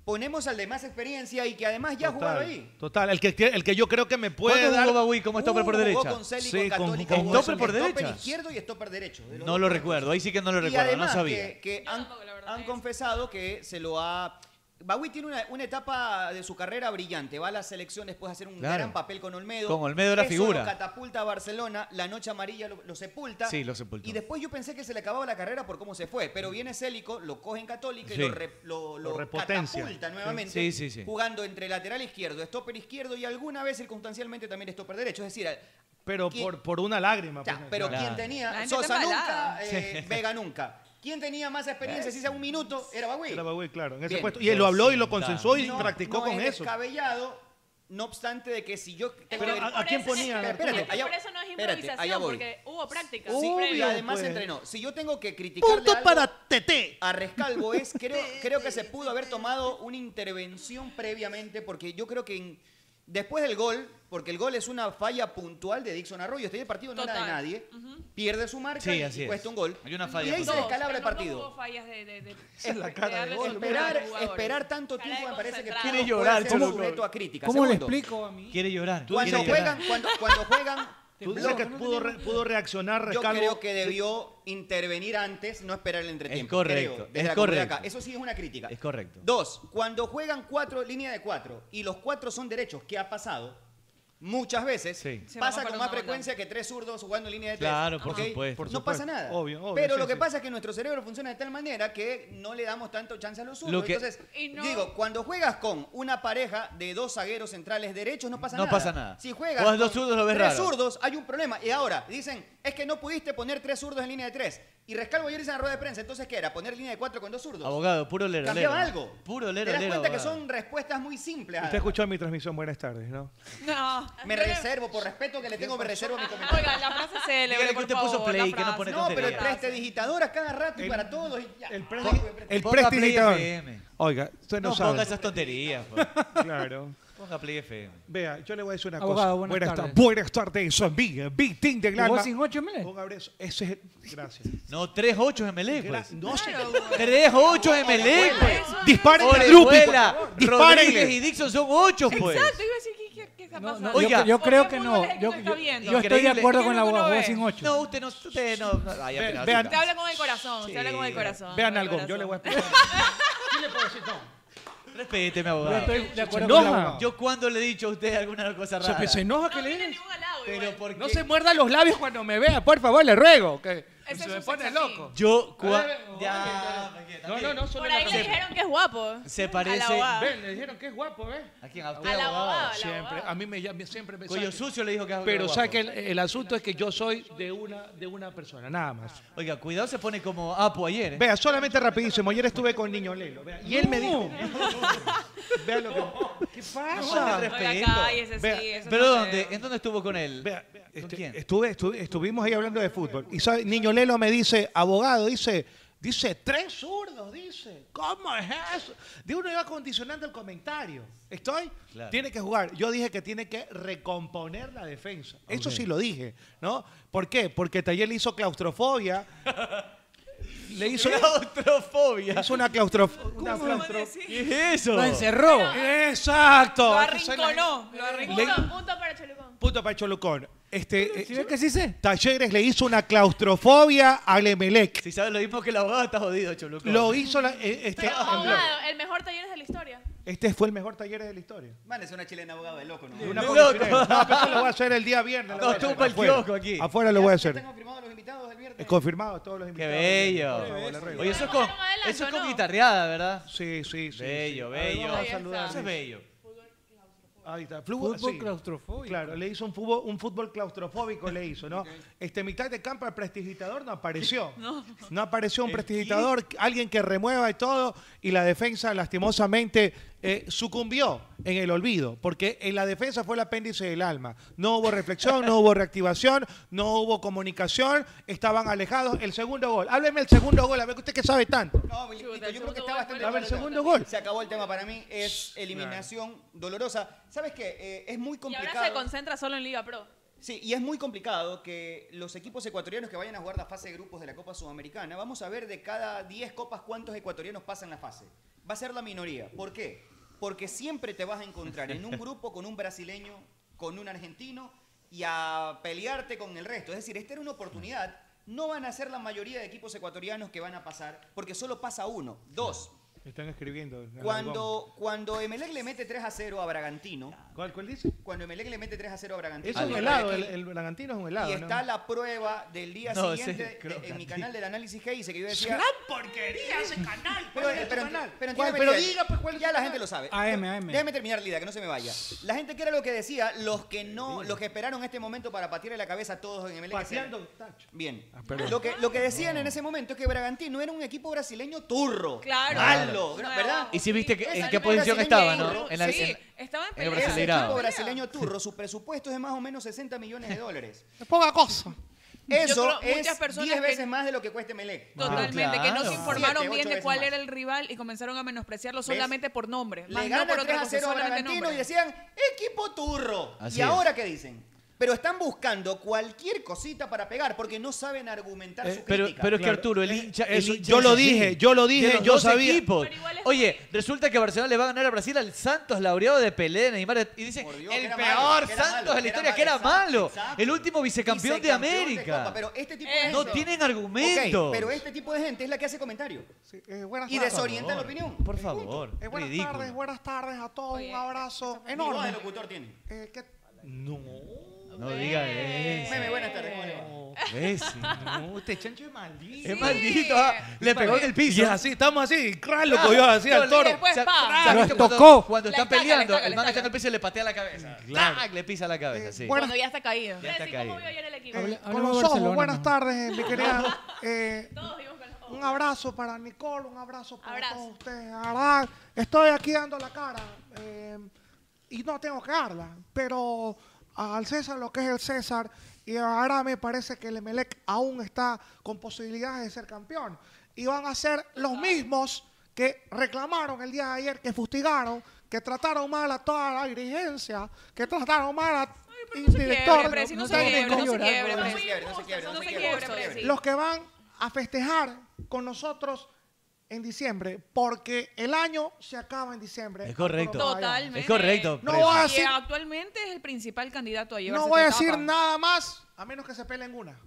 A: Ponemos al de más experiencia y que además ya ha jugado ahí.
E: Total, el que, el que yo creo que me puede
B: ¿Cuándo
E: dar.
B: jugó Bagui como stopper por
A: Hugo Uh, jugó
B: derecha?
A: Con Celi,
E: Sí,
A: con
E: con-
A: Católica,
E: con-
A: jugó
B: ¿Stopper por
A: stopper
B: derecha?
A: izquierdo y stopper derecho. de los
B: No
A: dos.
B: lo recuerdo, ahí sí que no lo
A: Y
B: recuerdo, no
A: además
B: sabía.
A: que, que
C: Yo
A: han,
C: tampoco, la verdad,
A: han
C: es-
A: confesado que se lo ha... Bagui tiene una, una etapa de su carrera brillante. Va a la selección después a hacer un
B: Claro.
A: gran papel con Olmedo.
B: Con Olmedo era
A: Eso
B: figura.
A: lo catapulta a Barcelona. La noche amarilla lo, lo sepulta.
B: Sí, lo sepultó.
A: Y después yo pensé que se le acababa la carrera por cómo se fue. Pero viene Célico, lo coge en Católica
B: Sí.
A: y lo, re- lo- lo
E: Lo repotencia.
A: catapulta nuevamente.
B: Sí, sí, sí.
A: Jugando entre lateral izquierdo, stopper izquierdo y alguna vez circunstancialmente también stopper derecho. Es decir,
E: Pero
A: ¿Quién?
E: por, por una lágrima.
A: ya,
E: pues,
A: pero
E: claro.
A: quien
F: La
A: tenía
F: gente está
A: Sosa nunca,
F: embalada.
A: eh, Vega nunca. ¿Quién tenía más experiencia, si sea un minuto, era Bagui?
E: Eh, Era Bagui, claro, en ese
A: Bien.
E: puesto. Y él lo habló y lo
B: Representada.
E: consensuó y
A: No,
E: practicó
A: no
E: con
A: es
E: eso.
A: descabellado, no obstante de que si yo...
C: Es
A: tengo
C: que
A: que-
E: ¿a- a
C: por
E: quién
C: eso-
E: ponía?
C: es que-
A: Espérate,
C: es que
A: allá-
C: por eso no es
A: espérate,
C: improvisación,
A: allá voy.
C: porque hubo práctica.
A: Sí,
E: Obvio,
A: y
C: previa.
A: además
E: pues.
A: entrenó. Si yo tengo que criticarle
E: Punto
A: algo
E: para TT.
A: a Rescalvo es, creo, creo que se pudo haber tomado una intervención previamente, porque yo creo que en- después del gol, porque el gol es una falla puntual de Dixon Arroyo, este partido no era de
F: Total.
A: nadie, pierde su marca
B: Sí,
A: y-
B: así
A: y
B: es.
A: cuesta un gol.
B: Hay una
A: y
B: falla
A: ahí se
B: puntual.
A: descalabra
C: en
A: el
C: los dos
A: partido.
C: hubo fallas de, de, de-
E: es la
C: de
E: cara de
C: darle
E: gol.
C: sorpresa a
A: Esperar,
C: los jugadores.
A: esperar tanto
C: Cara
A: tiempo
C: de
A: me parece que
C: concentrado.
B: Quiere
A: puede
B: llorar,
A: ser
B: cholo.
A: sujeto a crítica.
D: ¿Cómo le
A: Segundo,
D: explico a mí?
B: Quiere llorar.
A: Cuando
B: quiere llorar.
A: juegan, cuando, cuando juegan,
E: Tú dices
A: bloque,
E: que pudo, re- pudo reaccionar,
A: yo
E: rescalvo.
A: creo que debió intervenir antes, no esperar el entretiempo.
B: Es correcto,
A: creo,
B: es
A: desde la comunidad
B: correcto.
A: acá. Eso sí es una crítica.
B: Es correcto.
A: Dos, cuando juegan cuatro, línea de cuatro, y los cuatro son derechos, ¿qué ha pasado? Muchas veces
B: Sí.
F: Se van
A: pasa
F: para
A: con
F: una
A: más
F: banda.
A: frecuencia que tres zurdos jugando en línea de tres.
B: Claro, por
A: ¿ok?
B: supuesto.
E: Por
A: no pasa
E: supuesto.
A: nada.
E: Obvio, obvio,
A: Pero
E: sí,
A: lo que
E: sí.
A: pasa es que nuestro cerebro funciona de tal manera que no le damos tanto chance a los zurdos.
B: Lo que-
A: Entonces,
C: Y no-
A: digo, cuando juegas con una pareja de dos zagueros centrales derechos, no pasa
B: No
A: nada.
B: pasa nada.
A: Si juegas
B: Juegas dos
A: con
B: zurdos, lo ves
A: tres
B: raro.
A: zurdos, hay un problema. Y ahora, dicen, es que no pudiste poner tres zurdos en línea de tres. Y Rescalvo ayer dice en la rueda de prensa, entonces, ¿qué era? ¿Poner línea de cuatro con dos zurdos?
B: Abogado, puro lero.
A: cambiaba
B: lero.
A: algo.
B: Puro lero.
A: Te das
B: lero,
A: cuenta que
B: abogado.
A: son respuestas muy simples.
E: Usted
A: Adam.
E: escuchó mi transmisión, buenas tardes, ¿no?
F: No.
A: Me
C: Yo le-
A: reservo, por respeto que le tengo, me reservo mi comentario.
C: Oiga, la frase se le
B: Dígale que usted puso play, que no pone
A: No, pero el
B: tontería.
A: preste digitador a cada rato y para todos. y ya.
E: el
A: Hijo de preste-
E: El
B: Ponga Play
E: prestidigitador.
B: FM.
E: Oiga, usted no,
B: No ponga
E: sabe.
B: esas tonterías. pues.
E: Claro.
B: Ponga Play FM.
E: Vea, yo le voy a decir una
D: Abogado,
E: cosa.
D: buenas tardes.
E: ta- buenas tardes, amiga. Big Team de
D: ¿Jugó
E: Glalma.
D: sin ocho, mele?
E: Un abrazo. Ese es el- Gracias.
B: No, 3-8 MLE,
E: Gra-
B: pues.
E: No se...
B: Tres ocho MLE, pues.
E: Disparen a Drupi,
B: Orejuela,
E: por favor.
B: Rodríguez y
E: Dispárenle.
B: Dixon son 8, pues.
F: Exacto, iba a decir que, que, que está
D: No,
F: pasando.
D: no,
B: Oiga.
D: yo, yo creo
F: ¿Por
D: que
F: qué el
D: no.
F: fútbol es
D: Yo,
F: que está
D: yo-
F: viendo?
D: yo estoy de
B: Increíble.
D: acuerdo con la
F: ¿Quién no lo
D: abogado. Jugó
F: ve?
D: sin ocho.
B: No, usted no. Usted no. Ay,
E: Ve-
B: apenas,
E: vean-
B: apenas.
F: Te habla con el corazón,
B: Sí.
F: te habla con el corazón.
E: Vean
F: con el
E: algo, yo
F: corazón.
E: le voy a explicar.
B: Respéteme,
D: Yo
B: abogado.
D: estoy de acuerdo
E: Se
D: con la
E: enoja.
D: abogado.
B: Yo cuando le he dicho a usted alguna cosa
E: Se-
B: rara.
E: Se enoja que
C: No
E: le
C: tiene
E: digan.
C: ningún halago.
B: Pero
C: igual.
B: porque
D: No se muerda los labios cuando me vea, por favor, le ruego. Que
F: Ese
D: se
F: es
D: me
F: un
D: pone
F: sex
D: loco.
B: Yo cua-
D: A ver,
B: Ya.
E: No, no, no, solo
C: Por
E: en la
C: ahí le
E: cabeza.
C: dijeron que es guapo.
B: Se
C: A
B: parece.
C: la abogada.
E: Ven, le dijeron que es guapo, ¿ves?
B: ¿A quién? ¿A usted,
C: A la
B: abogado?
C: abogada.
E: Siempre. A mí me llama, siempre me
B: Cuello
E: saca.
B: sucio le dijo que es
E: Pero
B: guapo.
E: sabe que el, el asunto es que yo soy de una, de una persona, nada más.
B: Oiga, cuidado, se pone como Apo ayer. ¿eh?
E: Vea, solamente rapidísimo. Ayer estuve con Niño Lelo. vea, y él me dijo. Vea lo que. ¿Qué
B: No,
E: pasa?
B: no, no.
F: Oiga,
B: Respeto.
F: cállese,
E: Vea,
F: sí, eso
B: ¿Pero
F: no
B: dónde?
F: creo.
B: ¿En dónde estuvo con él?
E: Vea,
B: ¿Con
E: este,
B: quién?
E: estuve, estuve- estuvimos ahí hablando de fútbol. Y sabe, Niño Lelo me dice, abogado, dice, dice, tres zurdos, dice. ¿Cómo es eso? De uno iba condicionando el comentario. ¿Estoy?
B: Claro.
E: Tiene que jugar. Yo dije que tiene que recomponer la defensa. Eso
B: Ok.
E: sí lo dije, ¿no? ¿Por qué? Porque Taller le hizo claustrofobia. le hizo,
B: Claustrofobia.
E: hizo una claustrofobia.
B: ¿Qué es eso?
D: Lo encerró.
E: Exacto.
F: Lo
E: Esa es la-
F: arrinconó. Lo arrinconó.
E: Le-
C: Punto, punto para Cholucón.
E: Punto para Cholucón. Este,
D: ¿Sí
E: eh,
D: ves que sí sé?
E: Talleres le hizo una claustrofobia al Emelec.
B: Si sabes lo mismo que el abogado, está jodido, Choluco.
E: Lo hizo la- eh, este,
C: Pero,
E: tembló.
C: abogado, el mejor taller de la historia.
E: este fue el mejor taller de la historia.
A: Man, es una chilena abogado de loco, ¿no?
E: De una
B: ¡Loco!
E: policía. No, pero eso lo voy a hacer el día viernes. lo
B: No,
E: voy a hacer.
B: tumba el
E: Afuera.
B: kiosco aquí.
E: Afuera lo voy a hacer.
A: Están confirmados los invitados del viernes.
E: Es confirmado todos los
B: Qué
E: invitados.
B: bello.
E: Por favor, la regla.
B: Oye, eso es con,
C: Vamos adelante,
B: eso es con
C: ¿no?
B: guitarreada, ¿verdad?
E: Sí, sí, sí.
B: Bello, bello.
E: sí. Ahí vamos
C: Ahí
E: a
C: está.
E: saludar.
B: Eso es bello.
E: Ahí está. Fútbol,
D: Fútbol
E: sí.
D: claustrofóbico.
E: Claro, le hizo un fútbol, un fútbol claustrofóbico, le hizo, ¿no? Este mitad de campo el prestigitador no apareció. No, apareció un prestigitador, alguien que remueva y todo, y la defensa lastimosamente eh, sucumbió en el olvido, porque en la defensa fue el apéndice del alma. No hubo reflexión, no hubo reactivación, no hubo comunicación, estaban alejados. El segundo gol, hábleme el segundo gol, a ver usted que sabe tanto.
A: No, Milito,
C: Chuta, el
A: yo creo que
C: segundo
A: está
C: gol
A: bastante
C: fue- A ver,
A: claro el
E: segundo
A: tema.
E: gol.
A: Se acabó el tema para mí. Es eliminación dolorosa. ¿Sabes qué? Eh, es muy
C: Y
A: complicado.
C: ahora se concentra solo en Liga Pro.
A: Sí, y es muy complicado que los equipos ecuatorianos que vayan a jugar la fase de grupos de la Copa Sudamericana, vamos a ver de cada 10 copas cuántos ecuatorianos pasan la fase. Va a ser la minoría. ¿Por qué? Porque siempre te vas a encontrar en un grupo con un brasileño, con un argentino y a pelearte con el resto. Es decir, esta era una oportunidad. No van a ser la mayoría de equipos ecuatorianos que van a pasar, porque solo pasa uno. Dos,
E: Están escribiendo.
A: cuando, cuando Emelec le mete 3 a 0 a Bragantino,
E: ¿Cuál, cuál dice? Ah,
A: cuando Emelec le mete 3 a 0 a Bragantino,
E: Es un
A: yo
E: helado,
A: estoy
E: el,
A: aquí.
E: el Bragantino es un helado.
A: Y
E: ¿no?
A: está la prueba del día
B: No, ese es
A: siguiente de-
B: crocante.
A: en mi canal del análisis G dice que yo decía.
E: porquería ese canal!
A: Pero,
E: ¿cuál es
A: pero,
E: tu canal?
A: pero
E: ¿Cuál?
A: entiéndeme,
E: Pero
A: Lidia,
E: diga, pues, ¿cuál es
A: ya
E: tu
A: la
E: canal?
A: gente lo sabe.
D: AM.
A: Déjame terminar, Lida, que no se me vaya. La gente que era lo que decía, los que no, los que esperaron este momento para patearle la cabeza a todos en el
E: Pateando, tacho. Ah,
A: Bien. Lo que, lo que decían en ese momento es que Bragantino era un equipo brasileño turro.
F: Claro.
A: Malo, ¿verdad?
B: Y si viste que-
F: Pues
A: Es
B: en
A: el
B: qué posición
A: brasileño
B: estaba,
A: burro.
B: ¿no? En la-
F: sí,
B: en-
F: estaba en
B: en el
F: pelea.
A: Ese
B: Brasileirao.
A: equipo brasileño turro, su presupuesto es de más o menos 60 millones de dólares.
E: Poca cosa.
A: Eso
F: Yo creo muchas
A: es
F: personas
A: 10
F: que-
A: veces más de lo que cueste Melec.
F: Totalmente, que no
B: Claro.
F: se informaron
A: Siete, ocho
F: bien de
A: veces
F: cuál
A: más.
F: era el rival y comenzaron a menospreciarlo solamente por nombre. más
A: Le
F: no
A: ganan
F: por
A: 3
F: otra
A: a
F: cosa,
A: 0 a
F: solamente
A: Bragantino y
F: nombre.
A: decían, equipo turro.
B: Así
A: ¿Y
B: es.
A: ahora qué dicen? Pero están buscando cualquier cosita para pegar porque no saben argumentar su
B: Eh, Pero,
A: crítica.
B: pero es que
E: Claro.
B: Arturo, el
E: Eh,
B: hincha.
E: eso,
B: el hincha
E: yo
B: es
E: lo
B: así.
E: dije, yo lo dije,
B: De los
E: yo
B: dos
E: sabía.
B: equipos.
C: Pero igual es-
B: Oye, resulta que Barcelona le va a ganar a Brasil al Santos laureado de Pelé, Neymar. Y dicen,
A: Por Dios, que
B: el
A: era
B: peor
A: malo, que era malo,
B: Santos de la
A: que era
B: historia, que era
A: malo,
B: malo.
A: exacto, exacto.
B: El último vicecampeón de
A: Vicecampeón
B: América.
A: Copa, pero este tipo de
F: Eso.
B: no
A: gente-
B: tienen
A: Ok,
B: argumentos.
A: pero este tipo de gente es la que hace comentario.
E: Sí, eh, buenas
A: Y
E: tardes.
A: desorienta la
B: Por favor,
A: opinión.
B: Por favor.
E: Eh, buenas
B: Ridículo.
E: tardes, buenas tardes a todos.
F: Oye,
E: un abrazo
A: Ni voz de
E: enorme.
A: locutor tiene.
E: Eh, ¿qué- No.
B: No diga eso.
A: Meme, buenas tardes, ¿cómo le va?
B: Imbécil.
E: Eh, No, usted chancho es maldito.
B: Es maldito. ah, Le pegó en el piso.
E: Y así, estamos así. Crack lo
B: Ah,
E: cogió así
B: no,
E: al toro.
B: le-
F: después,
B: se-
F: pa.
B: ¿sabes
D: Los
B: que cuando-
D: tocó.
B: Cuando
F: Le
B: están
F: taca, le
B: peleando,
F: taca,
B: el
F: le
B: man está en
F: taca.
B: el piso y le patea la cabeza.
E: Claro.
B: Tac, Le pisa la cabeza, sí.
E: Bueno,
F: Cuando ya está caído.
E: Ya está
C: Preci, ¿cómo
B: caído.
C: vio ayer el equipo?
D: Hable-
E: Eh, con
D: hablemos de
E: los
D: Barcelona,
E: ojos, buenas
D: ¿no?
E: tardes, mi querida. eh,
C: Todos vimos con los ojos.
E: un abrazo para Nicole, un abrazo para
C: Abrazo.
E: todos ustedes. La verdad, estoy aquí dando la cara eh, y no tengo que darla, pero al César lo que es el César, y ahora me parece que el Emelec aún está con posibilidades de ser campeón. Y van a ser los mismos que reclamaron el día de ayer, que fustigaron, que trataron mal a toda la dirigencia, que trataron mal a
F: pero no se quiebre, Preci, no se
E: técnico.
F: quiebre, no se
D: Llorar,
F: quiebre,
A: No se
F: Preci.
A: quiebre, no se quiebre, no
F: No
A: se
F: se
A: quiebre, no se
F: quiebre,
A: quiebre.
F: Preci.
E: los que van a festejar con nosotros en diciembre, porque el año se acaba en diciembre.
B: Es correcto.
E: Total.
F: Totalmente.
B: Es correcto,
E: No
B: Preci.
E: voy a
F: Y
E: decir-
F: actualmente es el principal candidato a llevarse
E: No voy a
F: esta
E: decir
F: etapa.
E: nada más, a menos que se peleen una.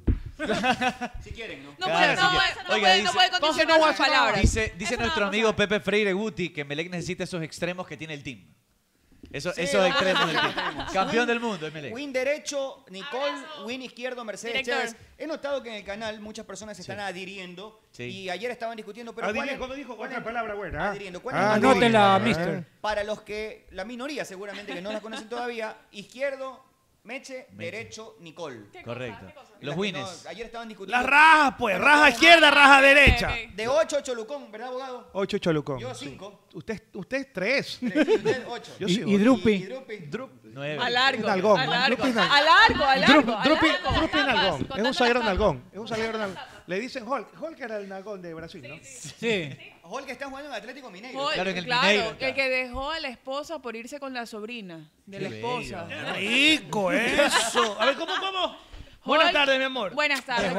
A: Si quieren, ¿no?
F: No
B: Claro,
F: puede, no
B: sí
F: puede,
B: que-
F: no
B: Oiga,
F: puede,
B: dice-
F: no puede
E: Entonces
F: continuar
E: no voy a
F: sus
E: decir nada.
F: palabras.
B: Dice,
F: Eso
B: dice
F: no
B: nuestro
F: va a
B: amigo
F: pasar.
B: Pepe Freire Guti que Melec necesita esos extremos que tiene el team. Eso-
A: Sí,
B: esos
A: ah,
B: extremos del
A: extremos.
B: team. Campeón del mundo, es Melec.
A: Win derecho, Nicole,
C: Abrazo.
A: win izquierdo, Mercedes
F: Director.
A: Chévez. He notado que en el canal muchas personas se están adhiriendo
B: Sí.
A: y ayer estaban discutiendo,
E: Ah,
A: pero ¿cuál es- cuál es-
E: buena?
A: Adhiriendo. ¿Cuál
E: Ah,
A: es la
E: no,
A: minoría?
D: Anótela,
E: eh.
D: mister.
A: Para los que, la minoría seguramente que no las conocen todavía, izquierdo, Meche,
B: Meche.
A: derecho, Nicole.
C: ¿Qué cosa?
B: Correcto.
C: ¿Qué cosa?
B: Los
A: La que
B: winners.
A: no- ayer estaban discutiendo.
E: Las rajas, pues, raja izquierda, raja derecha.
C: Ok, ok.
A: De 8, Cholucón, ¿verdad, abogado?
E: Ocho Cholucón.
A: Yo 5.
E: Usted, usted es tres.
A: Usted 8.
E: Yo
D: Y-
E: sí,
D: y
E: voy.
D: Drupi.
B: Nueve.
F: A largo,
E: Un algón,
F: a largo,
E: un algón.
F: a largo, a largo, a
E: Drupi,
F: largo.
E: Drupi
C: Tapas,
E: Nalgón. Es
C: contando
E: un zaguero
C: las tapas.
E: Nalgón. Es un zaguero Nalgón. Le dicen Hulk. Hulk era el Nalgón de Brasil, ¿no?
D: Sí.
A: Ojo el que está jugando en Atlético Mineiro.
F: Joder,
B: Claro, en el
F: claro,
B: Mineiro,
F: el,
B: claro.
F: que dejó a la esposa por irse con la sobrina de la
B: Qué
F: esposa.
B: bello.
E: Rico eso. A ver, ¿cómo, cómo?
F: Hulk, Buenas tardes,
D: Dejó
F: ¿cómo
D: a la-
F: está,
D: de-
F: Fe?
D: a ver,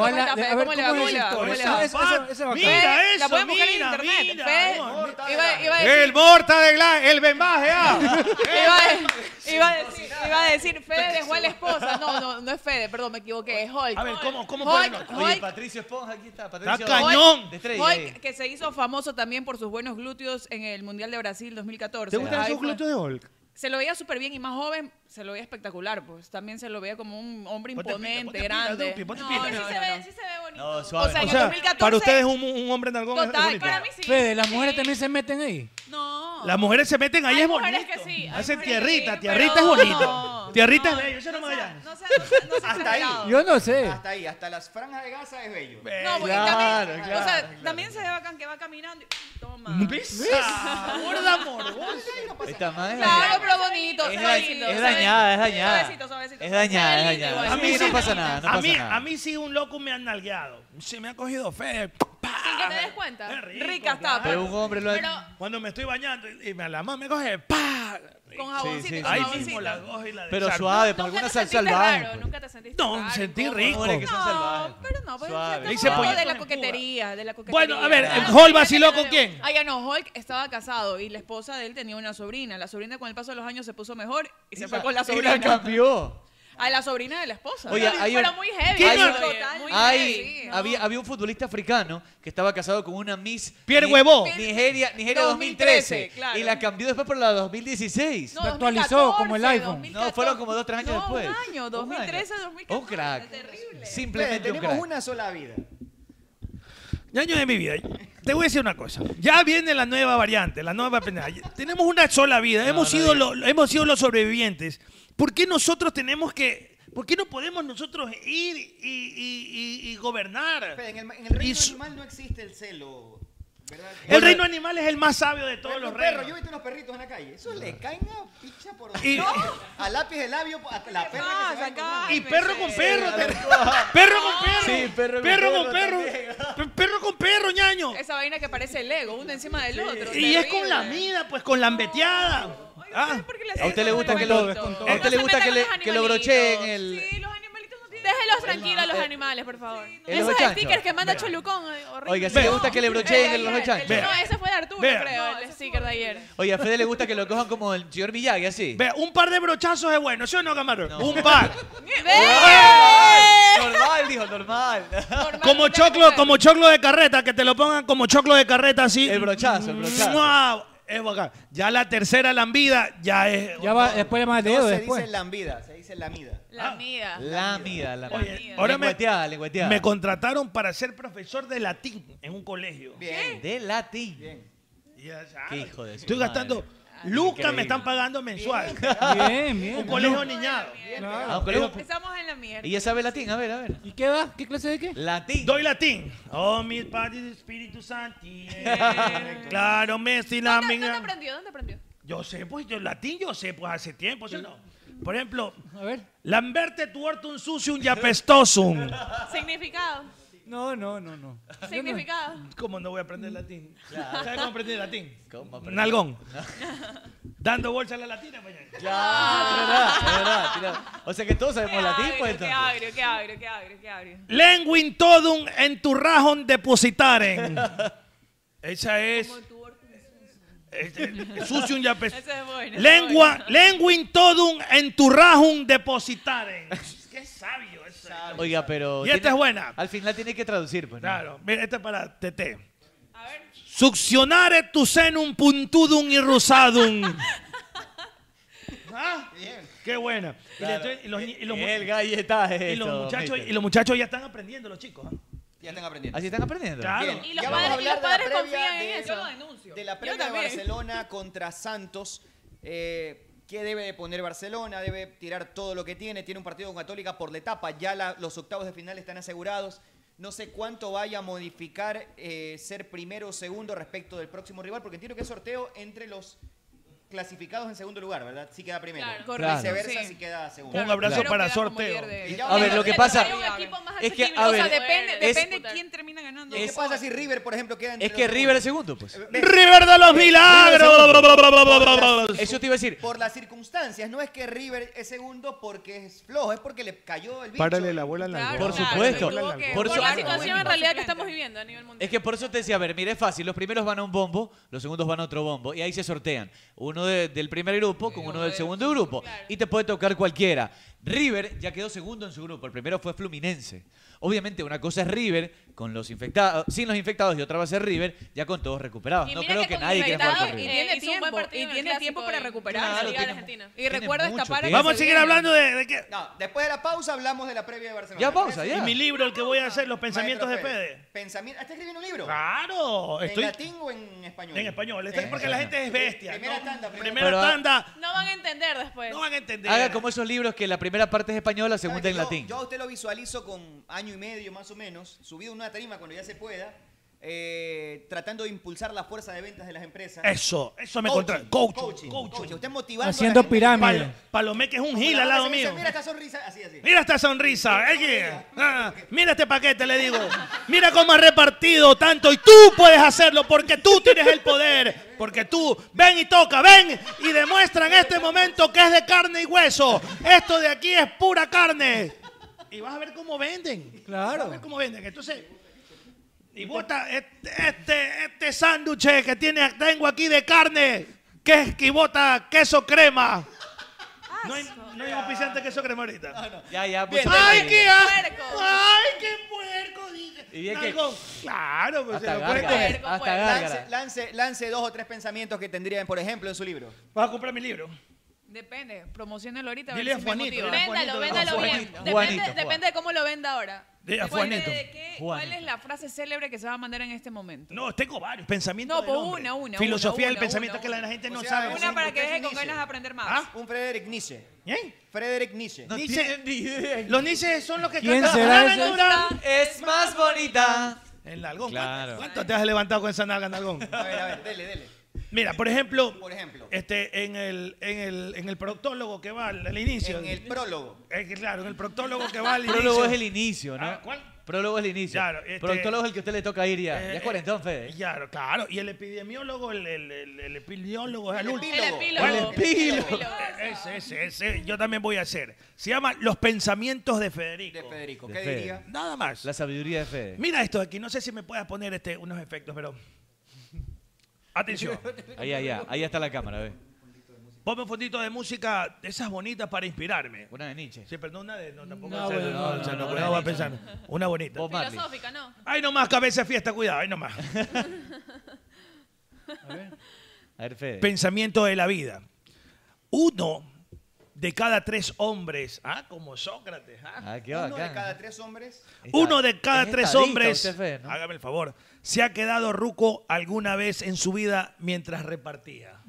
F: ¿Cómo le va,
D: ¿cómo es
F: Gula?
D: esto? ¿eh?
F: ¿Cómo le
D: Esa-
F: va?
D: esa- esa bacán.
F: Fe,
E: Mira
F: la
E: eso,
F: pueden buscar en
E: mira,
F: internet.
E: mira.
F: Fe,
A: Mortadela.
F: iba, iba a decir,
E: El morta de Gla- el Benbaje, ah.
F: iba, a- iba a decir, iba a decir, Fede dejó a la esposa. No, no, no es Fede, perdón, me equivoqué, es Hulk.
E: A ver, ¿cómo- cómo
F: Hulk,
E: ponen-
B: Oye,
F: Hulk,
B: Patricio Esponja, aquí está. Patricio
E: cañón.
B: De estrella,
F: Hulk,
B: eh.
F: que se hizo famoso también por sus buenos glúteos en el Mundial de Brasil 2014.
E: ¿Te gustan
F: Ahí
E: esos
F: fue-
E: glúteos de Hulk?
F: Se lo veía súper bien y más joven se lo veía espectacular, pues también se lo veía como un hombre
E: Ponte pila,
F: imponente,
E: ponte pila,
F: grande.
E: Dupi, ponte
F: No,
E: pila.
C: Sí,
F: no,
C: sí se
F: no,
C: ve,
F: no.
C: sí se ve bonito.
B: No,
F: O
B: suave.
F: sea, en
E: O
F: el
E: sea,
F: 2014
E: para ustedes un, un hombre Nalgón es
F: Total,
E: bonito.
F: para mí sí.
D: Fede, las mujeres
F: Sí.
D: también se meten ahí.
F: No.
E: Las mujeres se meten ahí,
C: Hay
E: es
C: mujeres
E: bonito.
C: que sí, hay mujeres
E: Hacen
C: que
E: tierrita,
C: sí,
E: tierrita
F: pero
E: es bonito.
F: no.
E: Tierrita
F: No,
E: es bello, eso no me
C: no
E: voy a
C: sea, no sea, no sea, no sea
A: Hasta ahí.
C: exagerado.
D: Yo no sé.
A: Hasta ahí, hasta las franjas de Gaza es bello.
C: No, porque
B: Claro,
C: también,
B: claro,
C: o sea,
B: claro.
C: también se ve bacán que va caminando y toma.
B: Pisa.
A: ¡Gorda morbosa! No pasa
B: Esta madre.
F: Claro, pero bonito.
B: Es,
F: suavecito,
B: da-
F: suavecito.
B: es dañada, es dañada.
F: Suavecito, suavecito.
B: Es dañada, es
C: Suavecito,
B: dañada.
C: igual.
B: A mí
C: Sí,
B: no
C: sí,
B: pasa
C: sí.
B: nada, no
G: a,
B: pasa
G: mí,
B: nada.
G: a mí sí un loco me ha nalgueado. Se me ha cogido fe.
C: Sin que te des cuenta.
G: Es rico,
F: Rica
G: claro.
F: tapa.
B: Pero un hombre lo ha...
C: Pero
G: Cuando me estoy bañando y y me la mamá me coge. ¡Pah!
C: con
B: Sí, sí,
C: jaboncito,
B: sí.
C: y con
G: Ahí
B: Suavecito.
C: jaboncito.
G: mismo la coge y la
B: Pero
G: desarma.
B: suave, para
C: Nunca
B: alguna
C: te
B: salsa
C: sentiste
B: salvaje.
C: raro,
B: pues.
C: nunca te sentiste
G: No,
C: raro,
G: sentí
C: incómodo.
G: rico.
B: Hombre, que son salvajes.
F: No, pero no, pues
B: Suave.
G: Dice
F: estamos hablando
G: pollito
F: de
G: en
F: la
G: Cuba.
F: coquetería, de la coquetería.
G: Bueno, a ver,
F: Ah,
G: ¿el Hall
F: sí,
G: vaciló
F: sí,
G: con
F: sí.
G: quién?
F: Ay, ya no, Hulk estaba casado y la esposa de él tenía una sobrina. La sobrina con el paso de los años se puso mejor y se fue con la
B: Y la
F: sobrina.
B: cambió.
F: A la sobrina de la esposa.
B: Oye, hay
C: Pero
B: un-
C: muy heavy.
B: ¿Quién
C: oye,
B: no-
C: muy
B: Hay,
C: heavy.
B: había, había un futbolista africano que estaba casado con una Miss
G: Pierre
B: Ni-
G: Huevón.
B: Nigeria, Nigeria 2013
F: 2013, claro.
B: y la cambió después por la 2016.
F: No,
D: Se actualizó como el iPhone.
B: No, fueron como dos, tres años
F: No,
B: después.
F: Un año,
B: Un
F: 2013,
B: año.
F: 2014.
B: Un crack.
F: Terrible.
A: Ustedes,
B: Simplemente un
A: tenemos
B: crack.
A: una sola vida.
G: Ñaño de mi vida, te voy a decir una cosa. Ya viene la nueva variante, la nueva penal. Tenemos una sola vida. hemos,
B: no
G: sido lo- hemos sido los sobrevivientes. ¿Por qué nosotros tenemos que.? ¿Por qué no podemos nosotros ir y, y- y- y gobernar?
A: Espera, en el, en el reino
G: su-
A: animal no existe el celo. ¿verdad?
G: El reino animal es el más sabio de
A: Por
G: todos los
A: ejemplo, un perro, Yo he
G: reinos.
A: visto unos perritos en la calle. Eso le caen a picha por
G: Y-
A: No. A lápiz de labio, a la perra que se va
F: pasa
A: a encontrar.
F: acá?
G: Y perro con perro.
B: Sí,
G: te-
B: ah,
G: Perro con perro.
B: Sí, perro con
G: con perro.
B: perro
G: Pe- Perro con perro, ñaño.
F: Esa vaina que parece el ego, uno encima del otro.
G: Y es con
F: terrible.
G: la mida, pues con la ambeteada.
F: Oiga,
G: Ah.
F: ¿ustedes por qué le
B: ¿A
F: hacen
B: usted le
F: eso a los
B: gusta que
D: lo-
F: animalitos?
D: con todo.
B: ¿A usted le
F: No se
B: gusta que
F: metan
B: le,
F: con los
B: que lo brocheen
F: animalitos.
B: el...?
F: Sí, los animalitos no tienen... Pues,
C: Déjelos tranquilos a los animales, por favor.
B: El
C: Esos
B: ojo chancho.
C: stickers que manda Cholucón. eh, horrible.
B: Oiga, ¿sí le
G: Vea.
B: gusta que le brocheen el ojo chancho?
G: Vea.
C: No, ese fue de Arturo,
G: Vea.
C: creo, el sticker de ayer.
B: Oye, a Fede le gusta que lo cojan como el señor Miyagi, así.
G: Vea, un par de brochazos es bueno, ¿sí o no, camarón? Un par.
B: Ah, Normal, dijo, normal.
F: Normal,
G: como
F: usted no
G: choclo,
F: puede.
G: como choclo de carreta, que te lo pongan como choclo de carreta así.
B: El brochazo, el brochazo.
G: ¡Mua! Es bacán. Ya la tercera lambida ya es.
D: Ya va, después le más
A: No
D: dedo
A: se
D: después.
A: dice lambida, se dice lamida.
C: La mía.
B: La mida, la
G: Oye,
B: mida.
G: ahora me-
B: Lengüeteada, lengüeteada.
G: Me contrataron para ser profesor de latín en un colegio.
A: Bien.
B: De latín.
A: Bien.
G: Y ya sabes.
B: Qué hijo de su
G: Estoy gastando.
B: madre.
G: Lucas
B: Increíble.
G: me están pagando mensual.
D: Bien, bien.
G: un colegio niñado.
B: Ah, un colegio-
F: Estamos en la mierda.
B: ¿Y ya sabe latín? A ver, a ver.
D: ¿Y qué va? ¿Qué clase de qué?
B: Latín.
G: Doy latín. Oh, mis padres, Espíritu Santi. claro, Messi, la
C: ¿Dónde, dónde
G: minga.
C: aprendió? ¿Dónde aprendió?
G: Yo sé, pues, yo latín yo sé, pues, hace tiempo, ¿sí o no? Por ejemplo,
D: A ver.
G: lamberte tuortum sucium y apestosum.
C: Significado.
D: No, no, no, no. Yo no-
C: Significado.
G: ¿Cómo no voy a aprender latín? ¿Sabes cómo aprendí latín?
B: ¿Cómo aprendí?
G: Nalgón. Dando bolsa a la latina, mañana.
B: Claro, de verdad, de verdad, tira- O sea que todos
F: Qué
B: sabemos latín, pues
F: agrio, qué
B: entonces.
F: agrio, qué agrio, qué agrio, qué agrio.
G: Lenguin todum en tu rajón depositaren. Esa es. Este, sucium y apestosum.
F: Ese es bueno. ese
G: Lengua, lenguin todum en tu rajum depositaren. Qué sabio eso.
B: Oiga, pero.
G: Y esta
B: tiene-
G: es buena.
B: Al final tiene que traducir, pues. ¿no?
G: Claro, mira, esta es para Tete.
F: es bueno. A ver,
G: Succionare tu senum puntudum y rosadum. ¿Ah? Qué buena. Y le
B: Claro.
G: estoy- y los, ni- y los mu-
B: el galletaje.
G: y los
B: esto,
G: muchachos,
B: mister.
G: y los muchachos ya están aprendiendo, los chicos. ¿ah?
A: Ya están aprendiendo.
B: Así están aprendiendo.
G: Claro.
A: Bien.
C: Y los
A: Ya vamos a
C: padres, y
A: hablar de
C: los
A: la
C: padres
A: previa
C: confían
A: de-
C: en
F: yo lo
C: eso.
F: denuncio.
A: De la
F: Yo
A: previa de
F: también.
A: Barcelona contra Santos. eh, ¿Qué debe de poner Barcelona? Debe tirar todo lo que tiene. Tiene un partido con Católica por la etapa. Ya la- los octavos de final están asegurados. No sé cuánto vaya a modificar eh, ser primero o segundo respecto del próximo rival, porque entiendo que es sorteo entre los clasificados en segundo lugar, ¿verdad? Si queda primero.
C: Claro.
F: Correcto,
A: Viceversa,
F: sí.
A: si queda segundo.
G: Un abrazo
F: Pero
G: para
F: queda como
G: sorteo.
F: líder de-
A: Y ya
B: A ver, lo que pasa- Es que, a
F: o sea,
B: ver,
F: depende,
B: es-
F: depende quién termina ganando.
A: ¿Y ¿Qué pasa si River, por ejemplo, queda entre
B: Es
A: los
B: que
A: segundos?
B: River es segundo, pues.
G: River de los milagros.
B: Eso te iba a decir.
A: Por las circunstancias, no es que River es segundo porque es flojo, es porque le cayó el bicho.
E: Párale la abuela en la
F: Claro,
B: Por
F: claro,
B: supuesto.
F: y tuvo que-
B: Por
C: Por,
B: eso-
C: la situación en realidad que estamos
F: viviendo.
C: viviendo a nivel mundial.
B: Es que por eso te decía, a ver, mira, es fácil. Los primeros van a un bombo, los segundos van a otro bombo. Y ahí se sortean. Uno de- del primer grupo con uno del segundo grupo. Y te puede tocar cualquiera. River ya quedó segundo en su grupo. El primero fue Fluminense. Obviamente, una cosa es River con los infectados, sin los infectados y otra va a ser River, ya con todos recuperados.
C: Y
B: no
C: mira
B: creo
C: que
B: que,
C: con
B: nadie quiera jugar
C: infectados
B: con
F: y
B: River.
F: tiene
C: Hizo un buen
F: tiempo,
C: partido
F: y
C: en el
F: tiene tiempo
C: clásico
F: para
C: y-
F: recuperarse.
B: Claro,
F: Liga
B: tiene-
C: Argentina.
F: Y recuerda
B: mucho
F: escapar
B: tiempo.
G: Vamos a seguir hablando de, de qué.
A: No, después de la pausa hablamos de la previa de Barcelona.
B: Ya pausa,
A: ¿Parece?
B: ya.
G: Y mi libro, el que voy a hacer, Los
A: Maestro
G: pensamientos de Fede.
A: Pensami- ¿Estás escribiendo un libro?
G: Claro,
A: ¿En
G: estoy
A: latín o en español?
G: en español. Estoy-
A: Eh,
G: porque la gente es bestia.
A: Primera
G: ¿no?
A: tanda, primera
G: Primera
B: Pero-
G: tanda.
C: No van a entender después.
G: No van a entender.
B: Haga como esos libros que la primera parte es española, la
A: ¿sabe
B: segunda
A: que
B: en
A: yo-
B: latín.
A: Yo a usted lo visualizo con año y medio más o menos, subido en una tarima cuando ya se pueda, eh, tratando de impulsar la fuerza de ventas de las empresas.
G: Eso, eso me contrata. Coach,
A: Coaching,
G: coach,
A: coaching. Usted motivando a la
D: Haciendo
A: gente.
D: pirámides.
G: Pal- Palomé, que es un
A: Como
G: gil
A: la
G: al
A: otra
G: lado
A: se dice,
G: mío.
A: Mira esta sonrisa, así, así.
G: Mira esta sonrisa. eh, yeah. Ah, mira este paquete, le digo. Mira cómo has repartido tanto y tú puedes hacerlo porque tú tienes el poder. Porque tú, ven y toca, ven y demuestra en este momento que es de carne y hueso. Esto de aquí es pura carne. Y vas a ver cómo venden.
D: Claro.
G: Vas a ver cómo venden. Entonces, y bota este, este, este sándwich que tiene, tengo aquí de carne, que es que bota queso crema. No hay, no hay auspiciante queso crema ahorita.
B: Ya, ya,
A: Bien.
B: mucho
G: ¡Ay,
B: tiempo.
G: qué
C: Puerco.
G: asco! ¡Ay, qué puerco! Dije.
B: Y bien que-
G: Nalgón. Claro, pues se
B: Hasta
G: lo puede
B: gárgara.
G: comer.
C: Puerco,
B: Hasta
C: puerco.
B: gárgara.
A: Lance, lance, lance dos o tres pensamientos que tendrían, por ejemplo, en su libro.
G: Vas a comprar mi libro.
F: Depende, promocionenlo ahorita. a
G: Dile
F: ver
G: a
F: si me
G: Juanito,
F: motiva.
G: dile a
C: Véndalo,
G: Juanito,
C: véndalo
G: Juanito,
C: bien.
B: Juanito,
C: Depende,
B: Juan.
F: depende de cómo lo venda ahora.
G: Dile a
F: Depende
G: Juanito.
F: de qué- ¿Cuál
B: Juanito.
F: es la frase célebre que se va a mandar en este momento?
G: No, tengo varios pensamientos.
F: No,
G: del
F: pues
G: hombre.
F: una, una,
G: Filosofía
F: una,
G: del
F: una,
G: pensamiento
F: una,
G: que la
F: una.
G: gente
A: O
G: no
A: sea,
G: sabe.
A: sí,
F: Una para que
A: usted
F: deje con
A: inicie.
F: ganas de aprender más.
G: ¿Ah?
A: Un Frederick Nietzsche.
G: ¿Eh?
A: Frederick Nietzsche.
B: No
G: Nietzsche-
B: tienen ni idea.
G: Los Nietzsche son los que
D: ¿Quién
G: cantan.
D: será
G: "Dame
D: ese?
G: dura".
B: Es más bonita.
G: El nalgón.
B: Claro.
G: ¿Cuánto, cuánto te has levantado con esa nalga, nalgón?
A: A ver, a ver, dele, dele.
G: Mira, por ejemplo,
A: Por ejemplo.
G: Este, en, el, en, el, en el proctólogo que va al, al inicio.
A: En el prólogo.
G: Eh, que claro, en el proctólogo que va al inicio.
B: Prólogo es el inicio, ¿no?
G: Ah, ¿cuál?
B: Prólogo es el inicio.
G: Claro, este-
B: Proctólogo es el que a usted le toca ir ya.
G: Eh,
B: ya es cuarentón, Fede.
G: Claro, claro. Y el epidemiólogo, el, el, el- el epidemiólogo es al último.
C: El epílogo.
G: El
B: epílogo.
G: Ese, ese, ese. Yo también voy a hacer. Se llama Los pensamientos Oh, de Federico.
A: De Federico.
B: De
A: ¿Qué
B: Fede.
A: diría?
G: Nada más.
B: La sabiduría de Fede.
G: Mira esto de aquí. No sé si me puedas poner este, unos efectos, pero... Atención.
B: Ahí, ahí, ahí está la cámara, ve.
G: Ponme un fondito de música de esas bonitas para inspirarme.
B: Una de Nietzsche.
G: Sí, pero no una de... No, tampoco.
D: No,
G: o sea,
D: bueno,
G: no,
B: no,
G: o sea,
B: no,
G: no,
B: no,
G: no
B: no.
G: va a pensar. Una bonita.
B: Bob Marley.
C: Filosófica, ¿no?
G: Ahí nomás, cabeza de fiesta, cuidado, ahí nomás.
B: A ver, Fede.
G: Pensamiento de la vida. Uno de cada tres hombres, ah, como Sócrates, ah,
B: Ah, qué
A: Uno de
B: bacán.
A: cada tres hombres.
B: Está-
G: uno de cada
B: es
G: tres
B: estadista
G: hombres,
B: usted, Fede, ¿no?
G: hágame el favor, se ha quedado ruco alguna vez en su vida mientras repartía.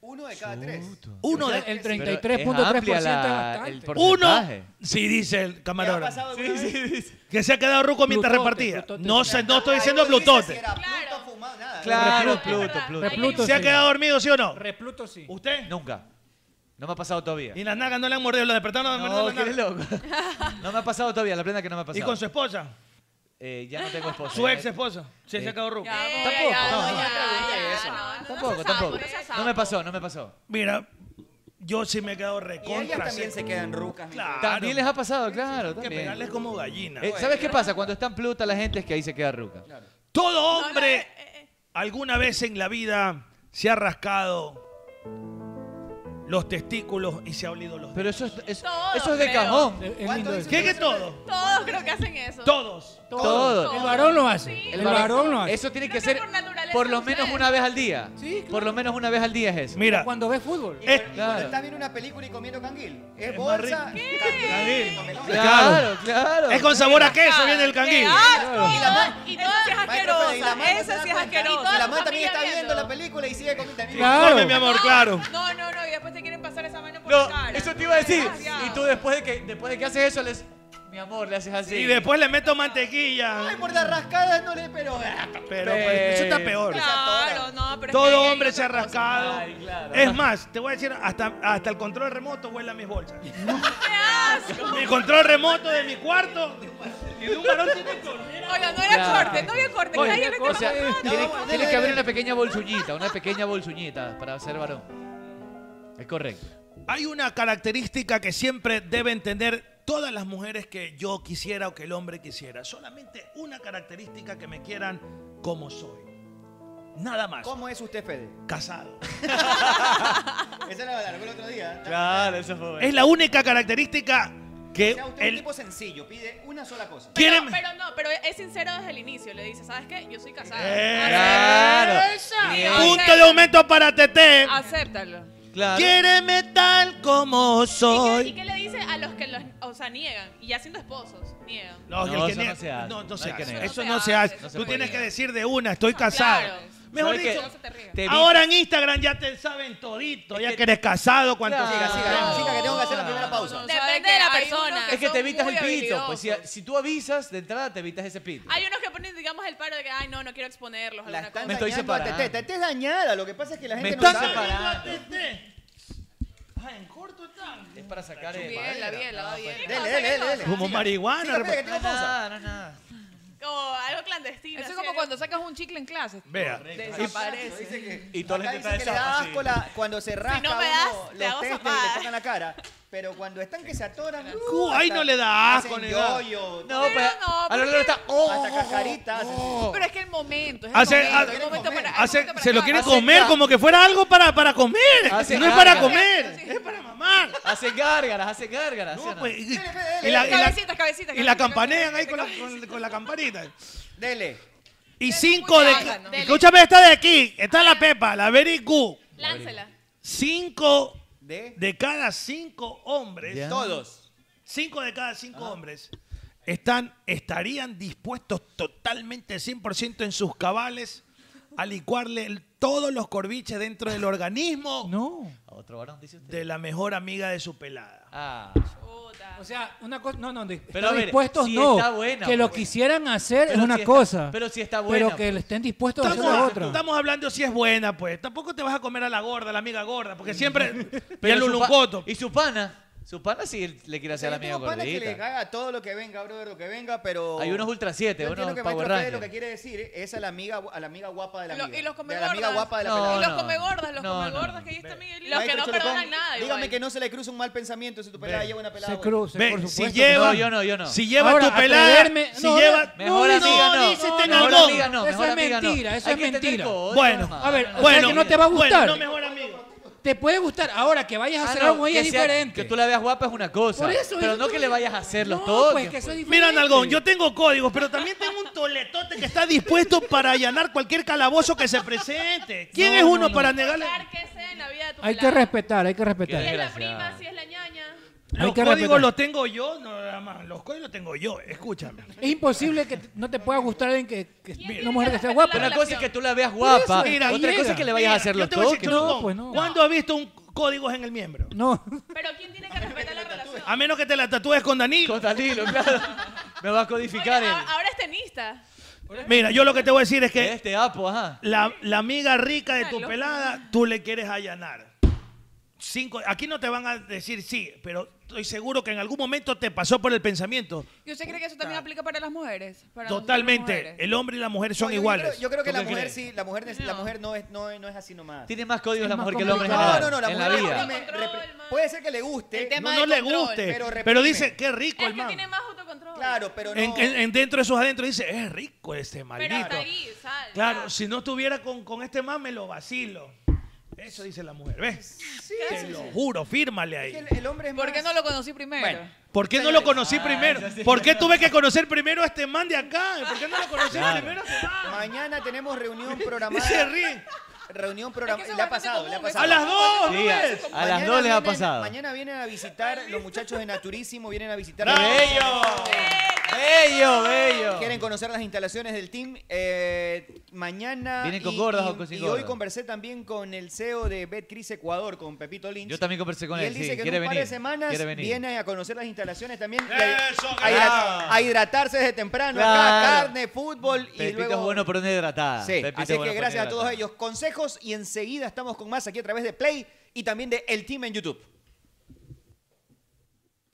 A: Uno de cada tres.
G: Uno
D: O sea,
G: de
D: el
B: Pero es
D: 33.3% es
B: amplia la- el
D: bastante.
G: uno,
B: porcentaje.
G: sí dice el
A: ¿Te ha
G: camarógrafo,
A: pasado alguna vez?
G: que se ha quedado ruco mientras
D: Plutote,
G: repartía.
D: Plutote.
G: no sé, no estoy
A: "Ah, Ahí
G: diciendo
A: no dice si
G: plutote.
A: era
C: Claro.
A: Pluto, fumado, nada.
B: Claro,
C: Es
B: Pluto,
C: verdad,
B: Pluto.
C: hay que-
D: Pluto.
G: ¿Se ha quedado dormido, sí o no?
D: Repluto sí.
G: ¿Usted?
B: Nunca. No me ha pasado todavía.
G: Y las nalgas no le han mordido, lo despertaron, no le han mordido
B: No,
G: las
B: que eres
G: nalgas.
B: loco. No me ha pasado todavía, la plena que no me ha
G: Y
B: pasado.
G: con su esposa,
B: Eh, ya no tengo esposa.
G: su ex esposa, se
B: Sí.
G: ha quedado ruco.
C: Ya,
B: Tampoco.
C: ya,
B: No,
C: ya,
B: no,
C: ya,
A: pregunte
C: ya,
A: eso.
C: no, no, no
B: Tampoco,
C: seas
B: tampoco.
C: sapo, no seas
B: No me
C: sapo.
B: pasó, no me pasó.
G: Mira, yo sí me he quedado
A: Y ellas
G: recontra.
A: también se quedan rucas.
G: Claro.
B: También les ha pasado, claro.
G: Que
B: también.
G: pegarles como gallina.
B: Eh, ¿Sabes qué pasa? Cuando están pluta la gente es que ahí se queda ruca.
G: Todo
C: No,
G: hombre
C: no, eh, eh,
G: alguna vez en la vida se ha rascado los testículos y se ha olido los
B: Pero eso es, es-
C: Todo,
B: eso es de
C: creo.
B: cajón.
D: Es- es
A: ¿Cuánto
D: lindo
A: dice
D: eso.
G: ¿Qué que todo?
C: Todos creo que hacen eso.
G: Todos.
B: Todo.
D: El varón lo hace.
C: Sí.
D: El varón lo hace.
B: Eso tiene
C: Creo
B: que
C: que
B: ser
C: por naturaleza
B: por lo
C: ustedes.
B: menos una vez al día.
D: Sí, claro.
B: Por lo menos una vez al día es eso.
G: Mira,
D: Cuando ve fútbol.
A: Y cuando- y
B: Claro.
A: cuando estás viendo una película y comiendo canguil. Es,
G: Es más
A: bolsa.
G: rico.
A: canguil,
G: Canguil.
A: comelón.
B: Claro, claro.
G: es con sabor a queso,
C: Ah,
G: viene el
C: qué
G: canguil.
C: asco.
A: Y la ma-
C: Y todas sí
A: Maestro,
C: es asquerosa.
A: pero y la madre no se
C: Esa
A: da
C: sí es
A: cuenta.
C: asquerosa.
A: Y la madre
C: Toda
A: también está
C: familia
A: viendo la película y sigue comiendo también.
D: Claro.
G: Come, mi amor, claro.
F: No, no, no, y después te quieren pasar esa mano por la
B: No,
F: cara.
B: eso te iba a decir.
F: Demasiado.
B: Y tú después de que después de que haces eso les mi amor, le haces así.
G: Y después le meto mantequilla.
A: Ay, por las rascadas no le, pero.
G: Pero pues, eso está peor.
F: Claro, no, pero es que ahí
G: Todo
F: hay
G: hombre se ha
F: otra cosa.
G: rascado.
B: Ay, claro.
G: Es más, te voy a decir, hasta, hasta el control remoto huele a mis bolsas.
C: ¡Qué asco!
G: Mi control remoto de mi cuarto. Y de un varón tiene cornea.
F: Oiga, no era
B: Claro.
F: corte, no había corte.
B: Oye,
F: que ahí lo que
B: o sea,
F: pasa-
B: tiene-
A: No,
B: tiene
A: no,
B: que
A: no,
B: haber
A: no.
B: una pequeña bolsuñita, una pequeña bolsuñita para ser varón. Es correcto.
G: Hay una característica que siempre deben tener todas las mujeres que yo quisiera o que el hombre quisiera. Solamente una característica que me quieran como soy. Nada más.
A: ¿Cómo es usted, Fede?
G: Casado.
A: Ah. Esa la hablamos el otro día.
B: Claro, eso fue.
G: Es la única característica
A: O
G: que
A: sea, usted es un
G: el,
A: tipo sencillo, pide una sola cosa.
C: Pero,
G: ¿Quieren-
C: pero no, pero es sincero desde el inicio. Le dice, ¿sabes qué? Yo soy casada.
B: Eh,
G: Claro.
C: Acepta.
B: Bien.
C: Sí,
G: punto de aumento para Tete.
F: Acéptalo.
B: Claro.
G: Quiéreme tal como
C: ¿Y qué, y
G: soy.
C: qué le dice a los que los, o sea, niegan? Y ya siendo esposos, niegan.
G: No,
B: No,
G: y el que
B: eso no
G: niega-
B: se hace.
G: No, no se
B: No hay que
G: hace.
B: negar.
G: Eso no se hace.
C: No
B: se
G: Tú
B: puede
G: tienes que
B: negar.
G: decir de una, estoy casado.
C: claro.
G: Mejor
B: ¿Sabes qué?
G: dicho,
C: No se te ríe.
B: Te vi-
G: ahora en Instagram ya te saben todito, ya que eres casado, cuánto
B: Claro.
A: Siga, siga,
B: No.
A: siga, que tengo que hacer la primera pausa.
F: no.
C: Depende de la
F: Hay unos
C: persona.
F: que
B: Es que te
F: son
B: evitas
F: muy
B: el pito. Pues si,
F: habilidosos.
B: si tú avisas de entrada, te evitas ese pito.
C: Hay unos que ponen, digamos, el paro de que, ay, no, no quiero exponerlos.
A: La
C: alguna
A: están
B: Me
C: cosa.
B: estoy
A: dañando a
B: separando.
A: Tete. Tete es dañada, lo que pasa es que la
B: Me
A: gente no
B: están
A: sabe.
B: separando.
G: en corto están.
B: Es para sacar el.
F: Bien, la bien, la va bien.
A: Dele, dele, dele, dele.
G: Como
A: Siga,
G: marihuana.
A: siga, espere, que
G: hermano.
A: tengo pausa.
B: no, nada.
C: Como algo clandestino.
F: Eso
C: así
F: es como
C: de-
F: cuando sacas un chicle en clase.
G: Vea.
F: Desaparece.
B: Y toda la
A: Acá
B: gente
A: dicen que
B: está
A: le da
B: desapa,
A: asco
B: sí.
A: la- cuando se rasca
C: no me
A: uno
C: das, te
A: los
C: hago
A: testes y
C: zapada.
A: le tocan la cara. Pero cuando están que se atoran, uh,
G: Cu- ay, no le da asco,
A: hacen
G: ni nada.
A: yoyo,
B: No,
F: Pero
B: pues.
F: no,
B: a lo
F: porque-
B: largo está. ¡Oh!
A: hasta cajaritas.
F: Pero es que el momento, es
B: Ah,
F: el
G: Hace-
F: momento,
G: hace-
F: el momento para- el
G: Hace-
F: momento para
G: se lo
F: cada
G: quieren
F: cosa.
G: comer como que fuera algo para, para comer.
B: Hace
G: no es para
B: caca.
G: comer, es para mamar.
B: Hace gárgaras, hace gárgaras. ¿sí o
G: No,
B: no?
G: pues, y,
A: Dele, dele,
G: y la, y la-
F: Eh, Cabecitas, cabecitas.
G: y la campanean ahí con la, con- con la campanita.
A: Dele.
G: Y cinco de...
F: mucha gana, ¿no? Ah.
G: Escúchame esta de aquí. Esta es la Pepa, la Very Good.
C: Láncela.
G: Cinco
A: De,
G: de cada cinco hombres...
B: Ya.
A: todos.
G: Cinco de cada cinco hombres están, estarían dispuestos totalmente 100% en sus cabales a licuarle el- todos los corviches dentro del organismo
D: No.
B: A Otro varón, dice usted.
G: de la mejor amiga de su pelada.
B: Ah.
C: Puta.
D: O sea, una cosa, no, no, de-
B: Pero a
D: estar
B: ver,
D: dispuestos
B: si
D: no.
B: está buena,
D: que lo
B: pues.
D: quisieran hacer
B: Pero
D: es una
B: si está-
D: cosa.
B: pero si está buena,
D: Pero que
B: pues.
D: le estén dispuestos a hacer la
G: Estamos,
D: otra.
G: estamos hablando si es buena, pues. Tampoco te vas a comer a la gorda, a la amiga gorda,
D: Mm.
G: porque siempre... y al
B: su pa-
G: uluncoto.
B: Y su pana. Su pana sí le quiere hacer a la mía
A: Tengo pana que le
B: gordita.
A: caga todo lo que venga, brother, lo que venga, pero...
B: Hay unos Ultra 7,
A: Yo
B: unos
A: entiendo que
B: Power
A: Maestro Fede
B: Ranger.
A: lo que quiere decir es a la amiga, a la amiga guapa de la
F: Lo-
A: amiga.
F: y los
A: de la amiga
F: comegordas.
A: guapa de la
B: No,
A: pelada.
F: Y los
B: no.
F: comegordas, los
B: No, no,
F: comegordas,
B: no.
F: que ahí está Miguel.
C: Los
F: y
C: que
A: Maestro
C: no
A: Cholucón,
C: perdonan nada. igual.
A: Dígame que no se le cruza un mal pensamiento si tu pelada lleva una pelada
D: Se
A: buena.
D: cruce,
G: Ve,
D: por
G: si
D: supuesto. que
G: lleva,
D: no.
B: no, yo no, yo no.
G: Si lleva
D: Ahora,
G: tu pelada,
D: atreverme-
G: si
D: no,
G: lleva...
B: Mejor amiga no.
G: dice este
B: Mejor
G: nalgón.
B: amiga no.
D: Eso
B: mejor
D: es
B: amiga no.
D: mentira, eso
B: Hay
D: es
B: que tener
D: mentira.
B: cosas,
G: Bueno.
B: man.
D: A ver, o sea
G: Bueno,
D: que no te va a gustar.
G: Bueno, no mejor amigo.
D: Te puede gustar. Ahora que vayas a
B: Ah,
D: hacer
B: no,
D: algo con ella
B: que
D: es
B: sea-
D: diferente.
B: que tú la veas guapa es una cosa.
D: Por eso,
B: pero
D: eso
B: no
D: tú-
B: que le vayas a hacer los
D: No,
B: toques.
D: Pues que eso es diferente.
G: Mira, Nalgón, yo tengo códigos, pero también tengo un toletote que está dispuesto para allanar cualquier calabozo que se presente. ¿Quién
D: No,
G: es
D: no,
G: uno
D: no.
G: para negarle?
C: que sea en la vida de tu
D: Hay que
C: pelada.
D: respetar, hay que
C: Si
D: respetar.
C: es la
B: Desgraciado.
C: prima, si es la ñaña.
D: Hay
G: Los
D: que
G: códigos
D: respetar.
G: los tengo yo, no, nada más. Los códigos los tengo yo, escúchame.
D: Es imposible que t- no te pueda gustar alguien que, que
C: tiene
D: una mujer
C: que
D: que esté
C: respetar
D: guapa.
C: la
B: Pero una cosa es que tú la veas
D: Por eso,
B: guapa.
D: mira,
B: otra
D: llega.
B: cosa es que le vayas a hacer
G: Mira,
B: los
G: yo te voy a decir,
B: toques.
G: Cholucón,
D: No, pues no.
G: ¿Cuándo has visto un código en el miembro?
D: No,
C: Pero ¿quién tiene que respetar la relación?
G: A menos que te la tatúes con Danilo.
B: Con Danilo, claro. Me va a codificar
C: Oye,
B: el.
A: ah,
C: a- ahora es tenista.
G: Mira, yo lo que te voy a decir es que
B: Este apo, ajá.
G: la, la amiga rica de tu
F: Está loco.
G: pelada, tú le quieres allanar. Cinco, aquí no te van a decir sí, pero estoy seguro que en algún momento te pasó por el pensamiento.
F: ¿Y usted cree que eso también aplica para las mujeres? Para nosotras las
G: Totalmente.
F: mujeres.
G: El hombre y la mujer
A: No,
G: son
A: yo- yo
G: iguales.
A: creo- Yo creo que
G: ¿Tú
A: la
G: qué
A: mujer
G: crees?
A: sí, la mujer, es- la mujer no es, no, es- no es así nomás.
B: Tiene más códigos
D: Es
B: la
D: más
B: mujer que el hombre en
D: complicado.
A: No,
B: general.
A: no, no, la
B: en
A: mujer
B: la
A: no
B: vida.
A: reprime-
C: Control,
A: repri-
C: man.
A: puede ser que le guste.
F: El tema
G: No,
F: de
G: no le
F: control,
G: guste.
A: pero
G: Pero,
A: reprime.
G: dice, qué rico
C: Es
G: el
C: que
G: man.
C: tiene más autocontrol.
A: Claro, pero no.
G: En, en- en dentro de sus adentros dice, es rico este
C: Pero
G: maldito.
C: hasta ahí, sal.
G: claro, si no estuviera con, con este man, me lo vacilo. Eso dice la mujer, ¿ves?
A: Sí,
G: Te
A: sí,
G: lo
A: sí.
G: juro, fírmale
A: Es que
G: ahí.
A: el, el hombre es
F: ¿Por qué
A: más-
F: no lo conocí primero?
A: Bueno.
G: ¿Por qué no lo
A: Ah,
G: conocí primero? ¿Por qué tuve que conocer primero a este man de acá? ¿Por qué no lo conocí
B: Claro.
G: primero? a este man?
A: Mañana tenemos reunión
G: Dice
A: programada.
G: ríe.
A: reunión
F: Es que
A: programada.
F: eso
A: Le ha
F: es bastante
A: pasado, le ha
F: común,
A: pasado.
G: A las dos, ¿no
B: Sí, a-
G: ves?
B: a las
A: Mañana
B: dos les ha
A: vienen-
B: pasado.
A: Mañana vienen a visitar los muchachos de Naturísimo, vienen a visitar.
B: ¡Bello! ¡Bello, bello!
A: Quieren conocer las instalaciones del team. eh, mañana.
B: ¿Vienen con
A: y-
B: gordas
A: y-
B: o con sin
A: Y
B: gordas?
A: hoy conversé también con el CEO de Betcris Ecuador, con Pepito Lynch.
B: Yo también conversé con
A: y
B: él,
A: él dice
B: sí,
A: que
B: quiere
A: en un par
B: venir,
A: de semanas
B: quiere venir.
A: viene a conocer las instalaciones también. y
G: Eso,
A: a, a hidra- a hidratarse desde temprano.
B: Claro.
A: Acá, carne, fútbol y
B: Pepito
A: luego.
B: es bueno pero no hidratada.
A: Sí,
B: Pepito
A: así es
B: bueno
A: que
B: por
A: gracias a todos
B: hidratada.
A: ellos. Consejos y enseguida estamos con más aquí a través de Play y también de El Team en YouTube.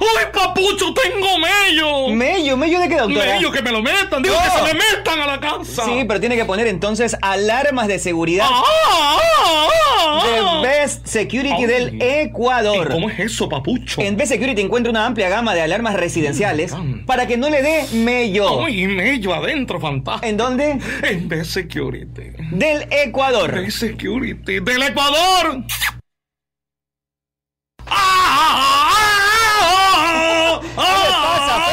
H: ¡Ay, papucho, tengo mello!
I: Mello, mello de qué doctora.
H: que me lo metan! ¡Digo
I: que se
H: le metan a la casa!
I: Sí, pero tiene que poner entonces alarmas de seguridad.
H: ¡Ah!
I: De vez
A: Invest Security
H: Ay.
A: del Ecuador.
H: ¿Y ¿Cómo es eso, papucho?
A: En Invest Security encuentra una amplia gama de alarmas residenciales
H: Ah,
A: para que no le dé mello.
H: Ay, mello adentro, fantástico.
A: ¿En dónde?
H: En B Security.
A: Del Ecuador.
H: B Security del Ecuador. ¡Ah!
A: le pasa,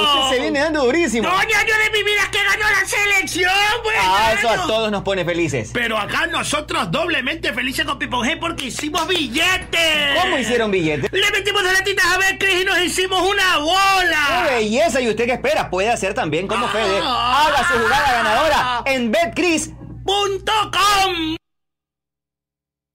A: Usted se viene dando durísimo.
H: año de mi vida que ganó la selección, ¡Pues, güey!
A: Ah, eso a
H: Ganó.
A: todos nos pone felices.
H: Pero acá nosotros doblemente felices con Pipon G porque hicimos billetes.
A: ¿Cómo hicieron billetes?
H: Le metimos de latitas a ver, Cris, y nos hicimos una bola.
A: ¡Qué belleza! ¿Y usted qué espera? Puede hacer también como Fede.
H: Ah.
A: Haga su jugada ganadora en BetCris.com.
H: Punto com.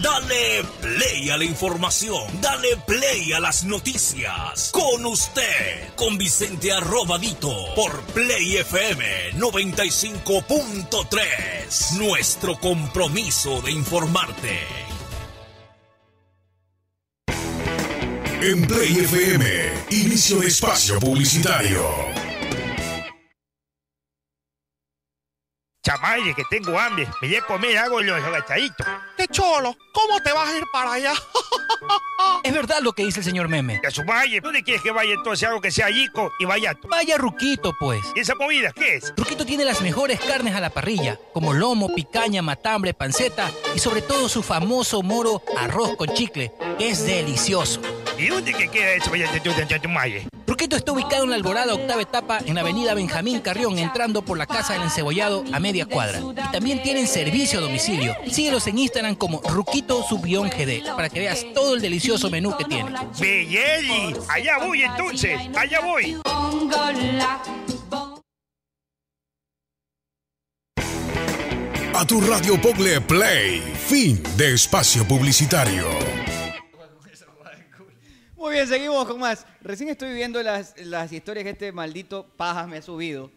G: Dale play a la información. Dale play a las noticias. Con usted, con Vicente Arrobadito, por Play FM 95.3. Nuestro compromiso de informarte.
J: En Play FM, inicio de espacio publicitario.
K: Chamaye, que tengo hambre. Me voy a comer algo los agachaditos.
L: Te cholo, ¿cómo te vas a ir para allá?
K: Es verdad lo que dice el señor Meme. Que a su valle. ¿Dónde quieres que vaya entonces algo que sea yico y vallato? Vaya Ruquito, pues. ¿Y esa comida qué es?
F: Ruquito tiene las mejores carnes a la parrilla, como lomo, picaña, matambre, panceta y sobre todo su famoso moro arroz con chicle, que es delicioso.
K: ¿Y dónde que queda eso vallato en Chatumaye?
F: Ruquito está ubicado en la Alborada Octava Etapa en la avenida Benjamín Carrión, entrando por la Casa del Encebollado a media cuadra. Y también tienen servicio a domicilio. Síguelos en Instagram como Ruquito-GD para que veas todo el delicioso menú que tiene.
K: Belleli. Allá voy entonces. Allá voy.
J: A tu radio Pogle Play, fin de espacio publicitario.
M: Muy bien, seguimos con más. Recién estoy viendo las, las historias que este maldito paja me ha subido.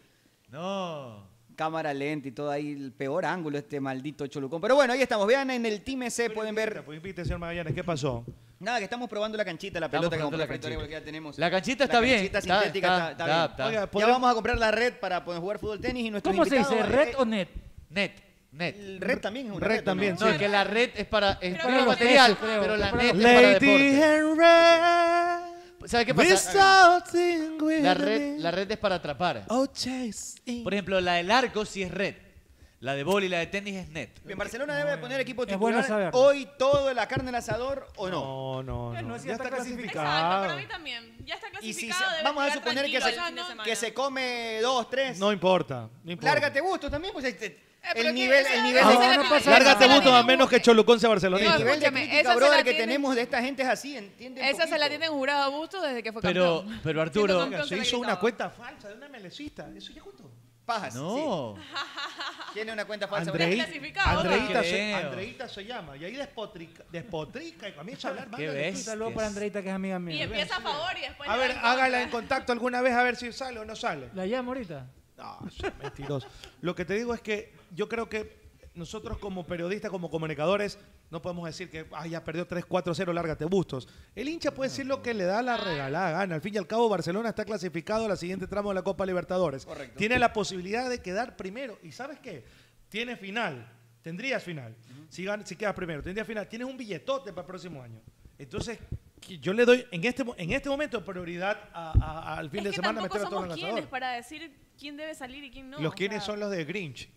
B: No.
M: Cámara lenta y todo ahí, el peor ángulo este maldito cholucón. Pero bueno, ahí estamos. Vean en el Team C, pueden ver.
E: pues, señor Magallanes, ¿qué pasó?
M: Nada, que estamos probando la canchita, la
B: Estamos
M: pelota que compró
B: probando la
M: la Victoria,
B: canchita.
M: porque ya tenemos.
B: La canchita está bien.
M: canchita
B: Está-
M: sintética
B: está-
M: está,
B: está-
M: bien.
B: está. Oiga,
M: ya
B: podemos-
M: vamos a comprar la red para poder jugar fútbol tenis y nuestros
N: ¿Cómo se dice?
M: invitados,
N: ¿Red
M: eh,
N: o net? Net. Net.
M: el red también es una
N: Red
M: ¿no?
N: también,
M: No,
N: sí. No, es que la red es para, es para
M: creo.
N: material,
M: Eso, creo.
N: pero la
M: Pero-
N: net
E: Lady
N: es para
E: Henry.
N: deporte. ¿Sabes qué pasa?
E: pasa?
N: La red, la red es para atrapar.
M: Oh,
B: Por ejemplo, la del arco sí es red. La de boli y la de tenis es net.
M: Bien, Barcelona debe poner equipo titular
B: bueno saberlo.
M: hoy todo la carne al asador o no.
E: No, no, no.
M: Ya está
C: Exacto, para mí también. Ya está
M: Y si
C: clasificado.
M: se-
C: debe
M: vamos a
C: llegar
M: suponer que se,
C: tranquilo el fin de semana.
M: que se come dos, tres.
E: No importa. No importa.
M: Lárgate gusto también, pues este,
C: Eh, pero
M: el
C: que
M: nivel,
C: esa-
M: el nivel
C: esa
M: de-
D: Ah,
C: es la
M: el
C: crítica.
E: Lárgate
C: Esa la
E: gusto a
C: tiene-
E: menos que Cholucón sea barcelonista.
M: nivel de
C: escúchame, esa
M: crítica,
C: se la
M: brother, que
C: tiene-
M: tenemos de esta gente es así, entiende un
C: Esa se la
M: poquito.
C: tiene jurado a gusto desde que fue
B: Pero,
C: campeón.
B: pero
C: Siendo
B: Arturo.
C: campeón se
E: Se
C: la
E: hizo
C: quitaba.
E: una cuenta falsa de una melecita. Eso ya contó.
M: Pajas.
B: No.
M: sí. Tiene una cuenta falsa.
E: Andrei-
M: ¿verdad?
E: Andreita, se,
B: creo.
E: Andreita se llama. Y ahí despotrica, despotrica y comienza a hablar mal
B: Qué
E: de
B: bestia.
E: ti.
D: Un saludo para Andreita, que es amiga
C: Y
D: mía.
C: empieza a favor y después.
E: A
C: le da
E: ver,
C: en contra.
E: hágala en contacto alguna vez a ver si sale o no sale.
D: ¿La llamo ahorita?
E: No, son mentirosos. Lo que te digo es que yo creo que nosotros como periodistas, como comunicadores, no podemos decir que "Ay, ya perdió 3-4-0, lárgate bustos. El hincha puede decir lo que le da la regalada gana. Al fin y al cabo, Barcelona está clasificado a la siguiente tramo de la Copa Libertadores. Tiene la posibilidad de quedar primero. ¿Y sabes qué? Tiene final. Tendrías final. Si, gan- si quedas primero, tendrías final. Tienes un billetote para el próximo año. Entonces, que yo le doy en este, mo- en este momento prioridad a- a- al fin
C: Es
E: de
C: que
E: semana
C: tampoco
E: meter a todos
C: somos
E: en el
C: quienes
E: asador.
C: para decir quién debe salir y quién no.
E: Los
C: o
E: quienes
C: sea.
E: son los de Grinch.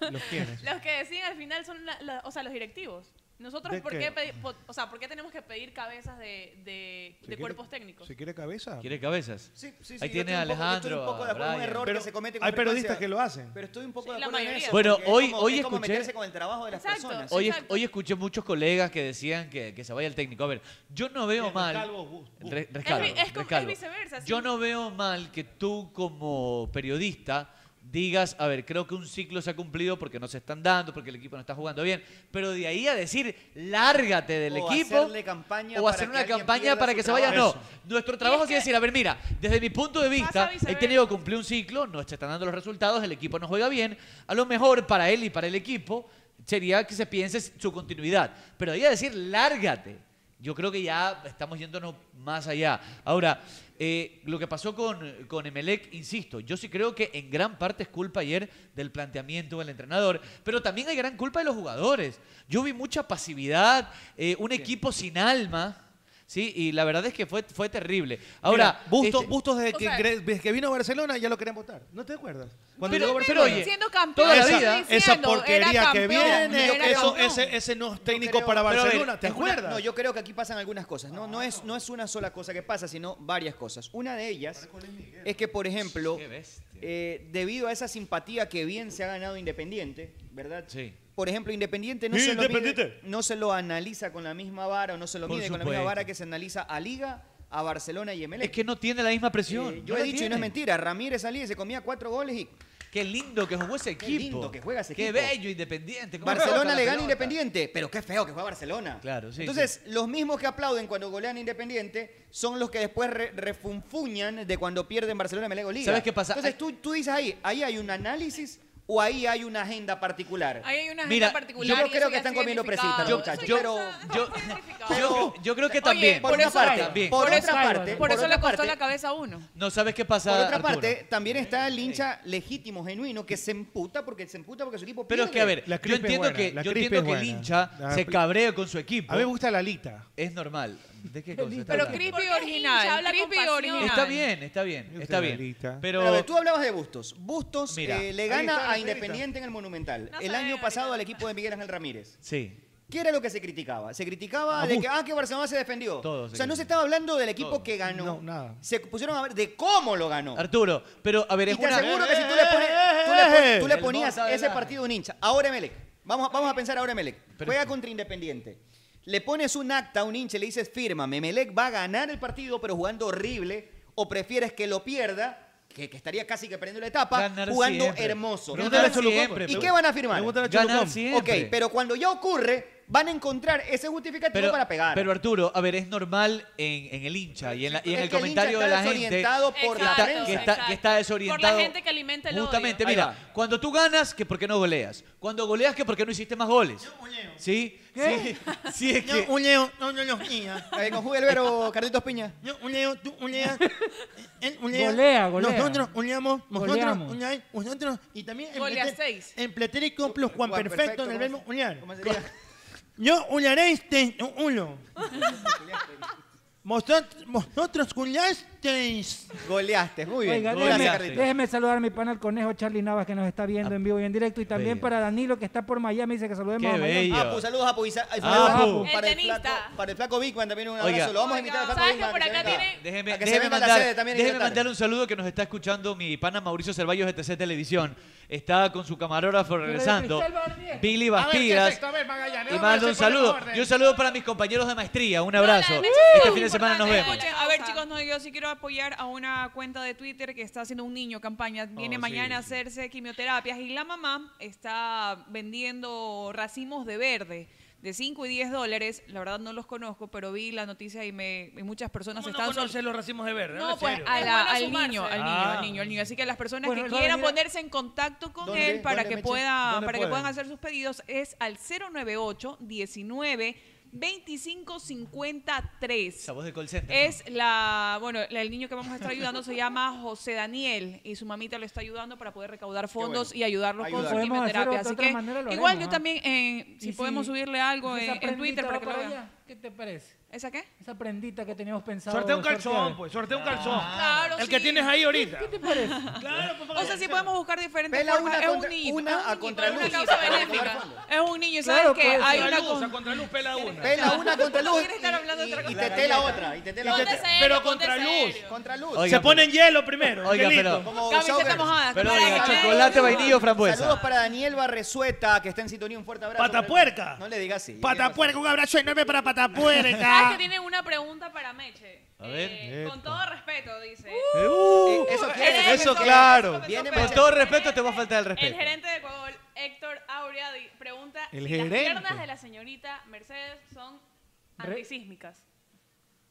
O: ¿Los quiénes?
C: Los que deciden al final son la- la- o sea, los directivos. Nosotros,
E: ¿De
C: ¿por
E: qué?
C: qué, pedi- po- o sea, ¿por qué tenemos que pedir cabezas de, de- de cuerpos técnicos?
E: Si quiere cabeza.
B: ¿Quiere cabezas?
A: Sí, sí,
B: Ahí
A: yo
B: tiene a
A: estoy un poco-
B: Alejandro.
A: estoy un poco de acuerdo,
B: a
A: un
B: Brian.
A: error que se comete con
E: hay
A: frecuencia.
E: periodistas que lo hacen.
A: Pero estoy un poco de acuerdo en eso.
B: Bueno,
A: porque
B: hoy-
A: es como-
B: hoy
A: es como
B: escuché-
A: meterse con el trabajo de las personas.
B: Hoy, es- hoy escuché muchos colegas que decían que, que se vaya el técnico. A ver, yo no veo mal.
A: Rescalvo, Bus, Bus.
B: Re- Rescalvo,
C: Es vi- es como-
B: Rescalvo.
C: es viceversa, sí.
B: Yo no veo mal que tú como periodista digas, a ver, creo que un ciclo se ha cumplido porque no se están dando, porque el equipo no está jugando bien, pero de ahí a decir, lárgate del
A: O
B: equipo
A: hacerle campaña
B: o
A: para
B: hacer
A: que
B: una
A: alguien
B: campaña
A: pierda
B: para
A: su
B: que se vaya, no.
A: trabajo.
B: Nuestro trabajo sí es decir, a ver, mira, desde mi punto de vista, el técnico cumplió un ciclo, no se están dando los resultados, el equipo no juega bien, a lo mejor para él y para el equipo sería que se piense su continuidad, pero de ahí a decir, lárgate. Yo creo que ya estamos yéndonos más allá. Ahora, eh, lo que pasó con, con Emelec, insisto, yo sí creo que en gran parte es culpa ayer del planteamiento del entrenador, pero también hay gran culpa de los jugadores. Yo vi mucha pasividad, eh, un equipo sin alma, ¿sí? Y la verdad es que fue, fue terrible. Ahora,
G: Bustos,
B: este-
G: Bustos desde,
F: O
G: que,
F: sea-
G: ingre- desde que vino a Barcelona ya lo querían votar. ¿No te acuerdas? Cuando
B: Pero-
G: llegó a
B: pero
G: Barcelona.
B: oye,
F: Siendo campeón,
G: Toda la
F: estoy
G: vida.
F: diciendo,
G: Esa
F: era
G: porquería que
F: campeón, era
G: viene. Eso,
F: campeón.
G: ese, ese no es técnico
A: creo-
G: para
A: Pero a ver,
G: Barcelona. ¿Te
A: alguna-
G: acuerdas?
A: No, yo creo que aquí pasan algunas cosas. No, no, es, no es una sola cosa que pasa, sino varias cosas. Una de ellas es que, por ejemplo, eh, debido a esa simpatía que bien se ha ganado Independiente, ¿verdad?
B: Sí.
A: Por ejemplo, Independiente no, se lo, mide- no se lo analiza con la misma vara o no se lo
B: Por
A: mide con la misma
B: supuesto.
A: vara que se analiza a Liga, a Barcelona y Emelec.
B: Es que no tiene la misma presión.
A: Eh, yo he dicho, y no es mentira, Ramírez salía y se comía cuatro goles y...
B: Qué lindo que jugó ese equipo.
A: Qué lindo que juega ese
B: Qué
A: equipo.
B: bello, independiente. ¿Cómo juega
A: Barcelona
B: la
A: le gana
B: pelota?
A: Independiente, pero qué feo que juega Barcelona.
B: Claro, sí.
A: Entonces, los mismos que aplauden cuando golean Independiente son los que después re- refunfuñan de cuando pierden Barcelona Melego Liga.
B: ¿Sabes qué pasa?
A: Entonces, tú, tú dices ahí, ahí hay un análisis o ahí hay una agenda particular.
F: Ahí hay una agenda
A: Mira,
F: particular.
A: yo no
F: y
A: creo
F: eso
A: que
F: ya
A: están
F: está
A: comiendo
F: identificado.
A: presita,
F: Yo-
A: muchachos,
F: yo-
A: pero...
B: Yo, yo, yo creo que
F: Oye,
B: también.
F: por eso-
B: también.
A: por
F: eso-
A: otra parte,
F: por eso
A: otra
F: le costó
A: parte-
F: la cabeza a uno.
B: No sabes qué pasa.
A: Por otra
B: Arturo?
A: parte, también está el hincha legítimo, genuino, que se emputa porque se emputa porque su equipo
B: Pero es que, a ver,
A: pierde.
B: yo entiendo que, yo entiendo que el hincha se cabrea con su equipo.
G: A mí me gusta la lita.
B: Es normal. ¿De qué cosa? está
F: Pero
B: hablando?
F: creepy
C: hincha
F: original,
C: habla con
F: creepy
C: pasión.
F: original.
B: Está bien, está bien, está bien.
G: Realista.
B: Pero,
A: Pero a ver, tú hablabas de Bustos. Bustos
B: Mira.
A: eh, le
B: Ahí
A: gana
B: está la
A: a
B: entrevista.
A: Independiente en el Monumental.
C: No
A: el
C: se
A: año
C: ve
A: pasado al equipo de Miguel Ángel Ramírez.
B: sí.
A: ¿Qué era lo que se criticaba? Se criticaba
B: A
A: de que,
B: Bustos.
A: ah, que Barcelona se defendió.
B: Todo se
A: o sea, no
B: criticó.
A: se estaba hablando del equipo
B: Todo.
A: que ganó.
G: No, nada.
A: Se pusieron a ver de cómo lo ganó.
B: Arturo, pero a ver,
A: y
B: es
A: te
B: una. Eh,
A: aseguro que si tú le, pones, tú le pones- tú le
B: El
A: ponías
B: Bosa de
A: ese
B: la-
A: partido a un hincha, ahora Emelec, vamos, a- vamos a pensar ahora Emelec, juega contra Independiente, le pones un acta a un hincha y le dices, fírmame, Emelec va a ganar el partido pero jugando horrible, o prefieres que lo pierda, que, que estaría casi que perdiendo la etapa,
B: Ganar
A: jugando
B: siempre.
A: hermoso.
B: Pregúntale a Cholucó, siempre,
A: ¿Y
B: pues.
A: qué van a firmar?
B: Pregúntale a Cholucó. Ganar siempre.
A: Ok, pero cuando ya ocurre, van a encontrar ese justificativo
B: Pero,
A: para pegar.
B: pero Arturo, a ver, es normal en, en el hincha y en, la- y en
A: Es
B: el
A: que el
B: comentario
A: hincha
B: de la
A: está
B: gente
A: desorientado por
B: que,
A: la
B: está,
A: prensa.
B: que está- que está
C: Por
B: desorientado.
C: la gente que alimenta el
B: Justamente,
C: odio.
B: mira, cuando tú ganas, que por qué no goleas. Cuando goleas, que por qué no hiciste más goles. ¿Sí?
G: ¿Qué?
B: Sí, sí es que...
G: un leo, no, no, no, niña.
A: Eh, conjuga el verbo, Carlitos Piña.
G: No, un leo, tú, un lea. Él, un
D: Golea, golea.
G: Nosotros uleamos, nosotros
D: Goleamos.
G: uleáis, vosotros y también en
F: Golea
G: pleter-
F: seis.
G: En pletérico plus Juan
A: Juan perfecto,
G: perfecto en el
A: ¿cómo
G: verbo ulear.
A: ¿Cómo sería?
G: Yo ulearéis te- uno. Vosotros, vosotros uleasteis.
A: Goleaste, muy bien.
D: Oiga,
A: Gracias,
D: déjeme,
A: Carlitos. Ah,
D: déjeme saludar a mi pana el conejo Charlie Navas que nos está viendo en vivo y en directo y también
B: bello.
D: para Danilo que está por Miami dice que saludemos
B: Qué
D: a Miami.
B: bello.
A: Apu, saludos Apu. Y sa- ay,
B: Ah, Apu.
A: saludos Apu.
B: El
A: Para el,
C: tenista.
A: flaco, para el flaco Bigman también un abrazo.
B: Oiga.
A: Lo vamos a invitar al flaco
C: ¿Sabes que
A: Bigman.
C: por
A: que
C: acá
A: venga.
C: tiene-
B: Déjeme,
A: A que se
B: déjeme
A: venga a la
B: mandar,
A: sede también en
B: déjeme
A: esta tarde.
B: mandar un saludo que nos está escuchando mi pana Mauricio Cervallos de TC Televisión. Está con su camarógrafo regresando. Billy Bastidas. Y mando un saludo. Y un saludo para mis compañeros de maestría. Un abrazo. Este fin de semana nos vemos.
F: Escuchen, a ver, chicos, no, yo sí quiero apoyar a una cuenta de Twitter que está haciendo un niño campaña. Viene
B: Oh, sí,
F: mañana a hacerse quimioterapias y la mamá está vendiendo racimos de verde de 5 y 10 dólares. La verdad no los conozco, pero vi la noticia y, me, y muchas personas
P: ¿Cómo no
F: están sol-
P: conoces los racimos de verde?
F: No,
P: Habla
F: pues
P: serio.
F: a la-
C: Es bueno
F: al
C: sumarse.
F: niño, al niño,
P: Ah.
F: al niño, al niño. Así que las personas
D: Bueno,
F: que
D: él va a
F: quieran
D: venir a-
F: ponerse en contacto con
A: ¿Dónde-
F: él para
A: dónde,
F: que
A: Meche?
F: pueda,
G: ¿Dónde
F: para que puedan
G: pueden?
F: hacer sus pedidos es al 098 19 25 53.
B: Esa voz de call center.
F: Es la, bueno, la- el niño que vamos a estar ayudando se llama José Daniel y su mamita lo está ayudando para poder recaudar fondos
A: bueno.
F: y ayudarlos
A: Ayudar.
F: con su
D: Podemos hacerlo
F: quimioterapia.
D: de
F: Así
D: otra
F: que
D: manera, lo
F: igual
D: haremos,
F: yo
D: ¿ah?
F: también, eh,
D: ¿Y
F: si
D: si-
F: podemos subirle algo
D: y si
F: en,
D: esa
F: en
D: prendita
F: Twitter para
D: va
F: que lo
D: para
F: vean.
D: allá? ¿Qué te parece?
F: ¿Esa qué?
D: Esa prendita que teníamos pensado.
G: Sortea un calzón,
D: sortear.
G: pues, sortea un calzón.
F: Claro,
G: El que
F: sí.
G: tienes ahí ahorita.
D: Ah. ¿Qué te parece?
G: Claro, por
F: O sea, sí podemos buscar diferentes
A: Pela
F: formas.
A: una
F: es
A: contra-
F: un niño.
A: una
F: es un
A: a
F: niño,
A: contraluz.
F: Es una causa benéfica. Es un niño. ¿Sabes
A: Claro,
F: qué?
A: pues,
F: Hay una
A: contraluz,
F: con-
A: a
G: contraluz, pela una.
A: Pela una contra
F: No
A: luz
F: quieres estar hablando de otra
A: y
F: cosa.
A: teté la otra. Y teté la
F: Ponte
A: otra.
F: serio,
G: Pero
F: ponte
G: contra
F: serio.
G: luz.
A: Contra luz.
B: Oiga,
G: Se ponen hielo primero.
B: Oiga,
G: hielito.
B: pero-
A: Como
F: Camiseta
A: Sauber.
F: mojada,
B: Pero
F: para
B: oiga,
F: que veas.
B: chocolate, vainilla o frambuesa.
A: Saludos para Daniel Barresueta, que está en sintonía. Un fuerte abrazo.
G: Patapuerca.
A: No le digas así.
G: Patapuerca, un abrazo enorme
C: ¿Sabes
G: para
C: que
G: Patapuerca.
C: tienen una pregunta para Meche?
B: Ah. A ver.
C: Eh, con todo respeto, dice.
G: Uh,
A: Eso
C: quiere.
B: eh, Eso, claro.
C: Eso Viene
B: Con
C: Meche.
B: todo respeto, te va a faltar el
C: El
B: respeto.
C: gerente de Ecuador, Héctor Aurea, di- pregunta
B: El
C: si
B: gerente.
C: las piernas de la señorita Mercedes son
D: Re-
C: antisísmicas.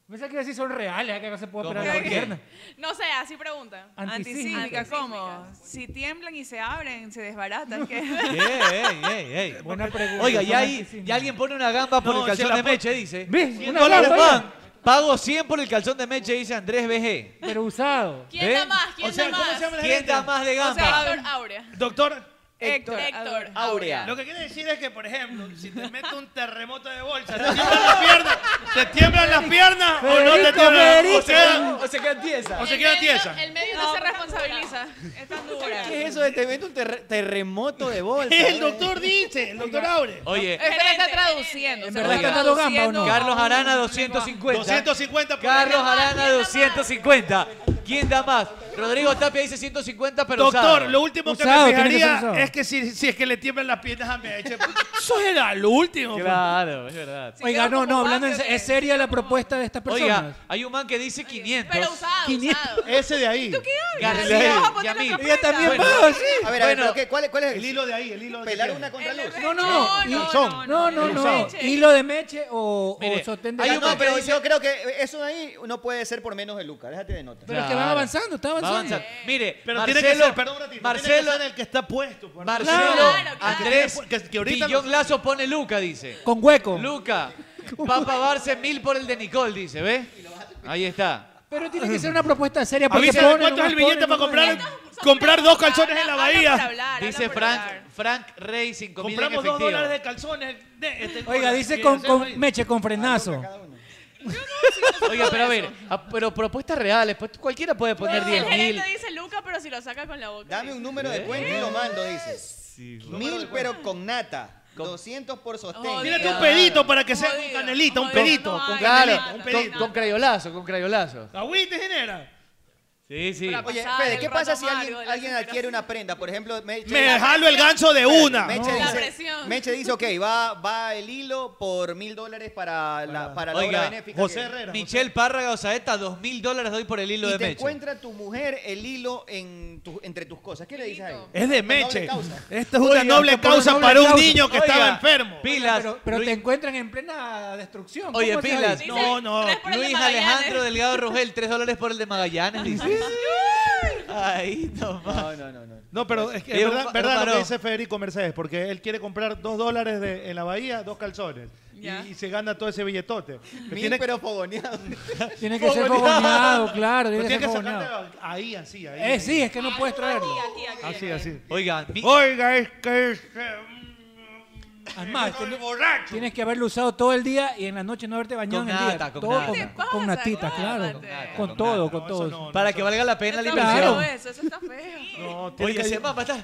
D: Pensaba que iba a decir son reales, que no se puede operar
B: ¿Cómo?
D: la
B: ¿Por qué?
D: pierna.
C: No sé, así pregunta.
F: Antisísmica,
D: Antisísmicas.
F: ¿cómo? Si tiemblan y se abren, se desbaratan. ¿qué?
B: Ey, ey, ey.
D: Buena pregunta.
B: Oiga, ya,
D: son
B: ahí-
D: antisísmicas.
B: ya alguien pone una gamba por
G: No,
B: el
G: se
B: calzón
G: la
B: de
G: pon-
B: Meche, dice.
D: ¿Ves?
G: Cien
D: Una
G: dólares,
D: bomba,
G: pan.
B: Pago 100 por el calzón de Meche, dice Andrés BG.
D: Pero usado.
C: ¿Quién
B: ¿Ve?
C: da más? ¿Quién
G: O sea,
C: da
G: ¿cómo
C: más?
G: se llama la
B: ¿Quién
G: gente?
B: da más de
C: O sea,
B: gamba?
C: Héctor Aurea.
G: Doctor,
F: Héctor.
C: Héctor
A: Aurea.
G: lo que quiere decir es que, por ejemplo, si te mete un terremoto de bolsa, te tiemblan las piernas, te tiemblan las piernas o no te
D: Federico,
G: tiemblan. O
D: Federico.
G: sea,
B: O sea, quedan tiesa.
G: o se
C: El
G: queda
C: medio-
G: tiesa.
C: El medio no, se responsabiliza. Es tan dura.
A: ¿Qué es eso de te mete un terre- terremoto de bolsa?
G: El doctor dice, el doctor Aure.
B: Oye,
F: Esto lo está traduciendo.
D: ¿En
F: se lo
D: verdad
F: está
D: está dando gamba o no?
F: traduciendo
B: Carlos
F: a un
B: Arana
F: lenguaje.
B: 250.
G: 250 por
B: Carlos
G: ejemplo.
B: Arana 250. ¿Quién da más? Rodrigo Tapia dice 150, pero
G: Doctor,
B: usado.
G: lo último
D: Usado,
G: que me
D: tiene que ser
G: fijaría
D: usado.
G: es que si, si es que le tiemblan las piernas a Meche. Eso era lo último.
B: Claro, es verdad.
F: Si
D: Oiga,
F: quedan
D: no,
F: como
D: no, hablando en
F: vacío,
D: serio, es
F: ¿qué?
D: seria la propuesta de estas personas.
B: Oiga, hay un man que dice 500.
C: Pero usado,
D: 500.
C: usado.
E: Eh,
G: Ese de ahí.
B: García,
F: Sí, vamos a poner
B: Yamil.
F: la propuesta. Ella también
B: Bueno,
A: A ver, a ver,
B: Bueno.
A: pero ¿qué? ¿cuál, es- cuál es
G: pues. El hilo de ahí, el hilo de
A: Pelar
G: que
A: una
G: tiene.
A: contra luz.
D: No, no,
F: no,
D: son. No, no,
F: no,
D: no.
F: no.
D: Hilo de meche o,
B: Mire,
D: o sostén de
B: hay
A: Ah,
B: un
A: no,
B: man que
A: pero
B: dice-
A: yo creo que eso de ahí no puede ser por menos de Lucas. Déjate de nota.
D: Pero es que van
B: Claro.
D: avanzando, está
B: Va
D: avanzando.
B: avanzando. Mire,
G: Pero
B: Marcelo,
G: tiene que ser, perdón, un ratito, tiene
B: Marcelo,
G: que ser el que está puesto. por-
B: Marcelo,
C: Claro, claro.
B: Andrés,
G: Que- que ahorita
B: Guillón Lazo pone Luca, dice.
D: Con hueco.
B: Luca, va a pagarse mil por el de Nicole, dice, ¿ves? Ahí está.
D: Pero tiene que ser una propuesta seria. porque
G: Avísame
D: ponen,
G: cuánto es
D: nomás
G: el
D: ponen,
G: billete para
D: nomás
G: comprar,
D: ponen.
C: Son
G: comprar
C: preguntas,
G: dos calzones en
C: habla-
G: la
C: habla por
G: bahía.
C: hablar, habla
B: Dice
C: por hablar.
B: Frank, Frank Rey, 5 mil en
G: Compramos dos
B: efectivo.
G: dólares de calzones. de- este-
D: Oiga, dice con, con meche, con frenazo.
B: Oiga, pero a ver, a- pero propuestas reales, pues cualquiera puede poner
C: El
B: 10 mil.
C: gerente dice Luca, pero si lo saca con la boca.
A: Dame un número de cuenta y lo mando, dices. Mil, pero con nata. 200
C: Oh,
A: por sostén.
C: Joder.
G: Tírate
A: Mírate
G: un pedito para que sea
C: Jodido,
G: con canelita, un
C: jodido,
G: pedito.
C: no
G: Con
C: hay,
B: Claro,
G: canelita,
C: no
G: un
C: hay,
B: con,
G: pedito.
B: con crayolazo, con crayolazo.
G: Agüite, genera.
B: Sí, sí.
C: Para-
A: Oye,
C: Pasar
A: Fede,
C: el
A: ¿qué pasa
C: rato
A: si
C: amargo
A: alguien,
C: de la
A: alguien adquiere
C: desesperación.
A: una prenda? Por ejemplo, Meche,
G: Me jalo el ganso de una.
A: Meche
D: No.
C: La
A: dice,
C: presión.
A: Meche dice, ok, va, va el hilo por mil dólares para la, para la
B: Oiga,
A: obra benéfica.
G: José
A: que-
G: Herrera.
B: Michelle Párraga Osaeta, 2 mil dólares doy por el hilo
A: y
B: de
A: te
B: Meche.
A: encuentra tu mujer el hilo en tu- entre tus cosas. ¿Qué le dices a él?
G: Es de
A: Una noble
G: Meche.
A: causa.
G: Esta es una
D: Oiga,
G: noble
D: está por
G: causa
D: noble
G: para un
D: causa.
G: niño que estaba
B: Oiga,
G: enfermo.
B: Pilas.
D: Pero, pero
B: Luis-
D: te encuentran en plena destrucción. ¿Cómo
B: Oye,
D: haces ahí?
B: pilas.
C: Dice,
B: No,
G: No, no.
C: tres por el de
B: Luis
C: Magallanes.
B: Alejandro Delgado Rogel, 3 dólares por el de Magallanes, dice. Ay, no más.
A: No, no, no, no.
G: No, pero es que
B: Era
G: es
B: un
G: verdad,
B: pa-
G: verdad
B: era un
G: lo que
B: varón.
G: dice Federico Mercedes, porque él quiere comprar dos dólares de- en la bahía, dos calzones. Y-
F: Ya.
G: Y, se gana todo ese billetote. Lo
A: Mil,
G: tiene,
A: pero fogoneado.
D: Tiene que ser
G: Fogoneado.
D: fogoneado, claro.
G: lo
D: Tiene que
G: tiene
D: ser
G: que sacar de
D: fogoneado.
G: la- ahí, así, ahí.
D: Eh, sí, es que no puedes traerlo.
C: Aquí, aquí,
G: Así,
C: aquí.
G: así.
B: Oiga, mi-
G: Oiga, es que es... eh,
D: Además,
G: estoy
D: tiene-
G: borracho.
D: Tienes que haberlo usado todo el día y en la noche no haberte bañado
B: Con
D: en el día.
B: nata, con
D: todo
B: nata.
D: con,
B: ¿Qué
C: te pasa?
D: con natita, claro.
C: Con nata,
D: Con
B: con
D: todo,
B: nata.
D: con
G: No,
D: todo.
G: eso no, no,
B: para
G: eso
B: que
G: no.
B: valga la pena
C: Está
B: la
C: feo
D: Claro.
B: inversión.
C: Eso, eso está feo.
G: No, tiene
B: Oye,
G: que-
B: ese mapa está...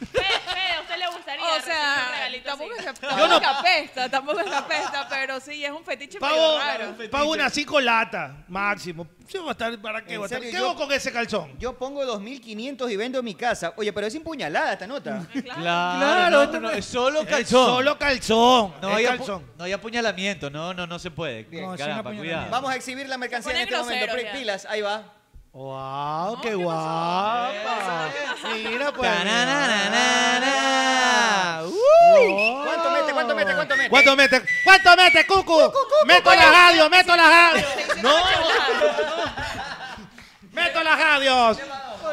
C: Fede, Fede, ¿a usted le gustaría
F: O
C: recibir un
F: sea,
C: regalito
F: tampoco
C: así?
F: es, tampoco es que apesta, tampoco es que apesta, pero sí, es un fetiche medio raro.
G: Pago, pago unas cinco latas, máximo. Sí, va a estar- ¿Para qué?
A: En
G: va a estar?
A: serio,
G: ¿Qué
A: yo-
G: hago con ese calzón?
A: Yo pongo 2.500 y vendo mi casa. Oye, pero es impuñalada esta nota.
B: Claro,
D: Claro,
B: no,
D: esto
B: no,
D: no-
B: es solo
G: Es
B: calzón.
G: Solo calzón.
B: No
G: es
B: hay, apu-
G: calzón.
B: no hay apuñalamiento, no, no, no se puede.
D: No, sí,
B: Caramba,
D: un
B: cuidado.
D: apuñalamiento.
A: Vamos a exhibir la mercancía en
C: Pone
A: este momento.
C: grosero,
A: Pre-
C: ya.
A: Pilas, ahí va.
G: ¡Wow! ¡Qué guapa! Mira, pues.
B: Tananana. Uh,
A: ¿Cuánto mete? ¿Cuánto mete? ¿Cuánto mete?
G: ¿Cuánto mete? ¿Cuánto mete, Cucu? meto las radios, meto las radios. No. meto las radios.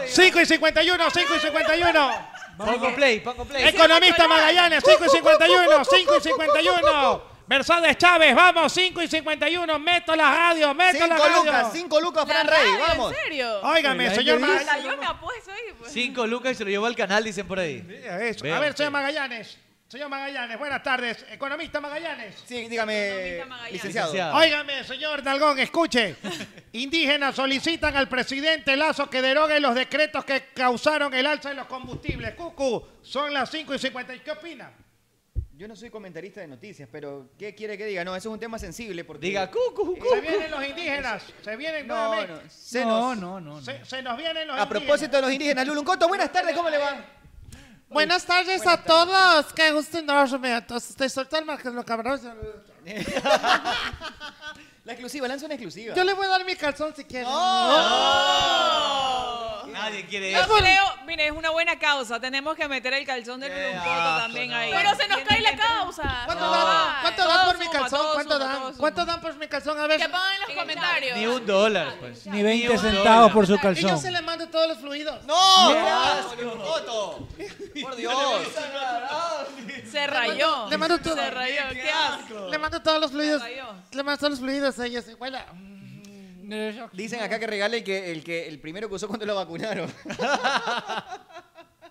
G: 5 y 51, 5 y 51.
B: Pongo play, pongo play.
G: Economista Magallanes, 5 y 51, 5 y 51. Mercedes Chávez, vamos, 5 y 51. Meto las radios, meto las
A: Cinco
G: radios.
A: lucas, cinco lucas,
C: La
A: Fran
C: radio,
A: Rey, vamos.
C: ¿En serio?
G: Óigame, señor
C: Ala,
G: Magallanes.
C: yo me Ah, apuesto ahí. pues.
B: Cinco lucas y se lo llevó al canal, dicen por ahí.
E: pues.
G: A ver, señor Magallanes.
E: Señor Magallanes, buenas tardes. Economista Magallanes.
A: Sí, dígame, licenciado. licenciado.
E: Óigame, señor Dalgón, escuche. Indígenas solicitan al presidente Lazo que derogue los decretos que causaron el alza de los combustibles. Cucu, son las 5 y 50. ¿Y ¿Qué opina?
A: Yo no soy comentarista de noticias, pero ¿qué quiere que diga? No, eso es un tema sensible porque...
E: Diga,
A: cucu,
E: Se vienen los indígenas. Se vienen
A: No,
E: nuevamente.
A: no, se No, nos- no,
E: Se, se nos vienen los
A: A propósito de los indígenas, Luluncoto, buenas tardes, ¿cómo le va?
G: Buenas tardes a todos. Qué gusto enorme. Entonces, te soltó el margen, lo cabrón.
A: La exclusiva, lanza una exclusiva.
G: Yo le voy a dar mi calzón si quieres.
B: Eh, Nadie quiere
F: Yo
B: eso.
F: creo, pues. mire, es una buena causa. Tenemos que meter el calzón del Luluncoto
B: Ah,
F: también ahí.
C: Pero se nos cae la causa.
G: ¿Cuánto
F: No.
G: dan? ¿Cuánto
F: Todo
G: dan por mi
F: suma,
G: calzón?
F: todo
G: ¿Cuánto
F: suma,
G: dan? ¿Cuánto dan por mi calzón? A ver.
C: Que pongan en los comentarios.
B: Ni un dólar, pues.
D: Ni 20
B: un
D: centavos por su
G: Y yo
D: calzón.
G: se le mando todos los fluidos.
A: ¡No!
G: Le-
A: Por Dios.
F: Se
G: le mando-
F: rayó.
G: Le mando todo.
F: Se rayó. Qué asco.
G: Le mando todos los fluidos.
F: Se rayó.
G: Le mando todos los fluidos a ella. se huela.
A: Dicen acá que regale el que el, que, el primero que usó cuando lo vacunaron.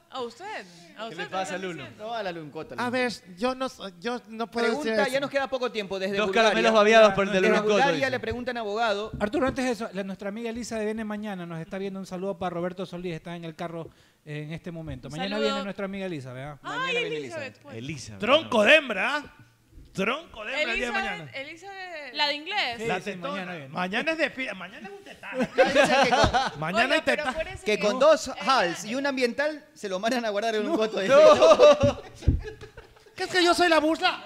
F: ¿A usted? ¿A usted?
A: Lulo? No, a la Luncota.
G: A ver, yo no, so- yo no puedo decir
A: Pregunta,
G: eso.
A: ya nos queda poco tiempo. Desde
B: Dos
A: Bulgaria,
B: caramelos babeados por el de
A: Desde
B: Luncotto,
A: Bulgaria
B: dice.
A: le preguntan a abogado.
D: Arturo, antes de eso, la- nuestra amiga Elisa de Viene Mañana nos está viendo un saludo para Roberto Solís, está en el carro eh, en este momento. Mañana
C: Saludo.
D: viene nuestra amiga Elisa, ¿verdad?
B: Ah.
C: Ay, Elizabeth. pues.
B: Elisa.
E: Tronco de hembra. ¿ah? Tronco de hembra el día de mañana.
C: Elizabeth, Elizabeth. La de inglés.
E: La tetona. Mañana es de pi- Mañana es un tetaje. Mañana hay
C: pero
E: tetaje.
C: acuérdense
A: Que
G: Eh,
A: con dos HALS y un ambiental se lo mandan a guardar en un coto de
G: ¿Qué es que yo soy la burla?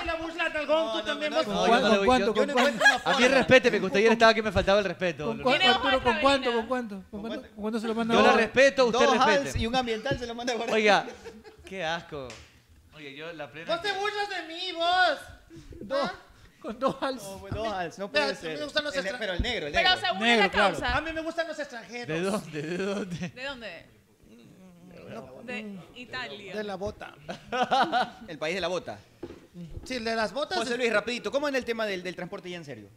E: Si la burla Dalgón, tú también vas
B: No, yo no le voy- yo- yo no encuentro una forma. A mí respéteme, que usted ayer estaba que me faltaba el respeto. Lulo.
D: ¿Cuánto, Arturo, ¿Con cuánto? ¿Con cuánto? ¿Con cuánto? ¿Con cuánto se lo manda
B: Yo la
D: ahora?
B: respeto, usted
A: dos HALS
B: respete.
A: y un ambiental se lo mandan a guardar.
B: Oiga, qué asco. Oye, yo la plena.
G: Vos te burlas de mí, vos.
D: Dos. Con dos HALS.
A: No, pues, dos HALS, no puede
G: Vea,
A: ser.
G: a mí me gustan los
A: El ne-
G: extra-
A: pero el negro, el
C: Pero
A: negro.
C: según
D: Negro,
C: la
D: claro.
C: causa.
G: A mí me gustan los extranjeros.
B: ¿De dónde? ¿De dónde?
C: ¿De dónde? De Italia.
G: De la bota.
A: El país de la bota.
G: Sí, de las botas.
A: José Luis, rapidito, ¿cómo en el tema del, del transporte ya en serio?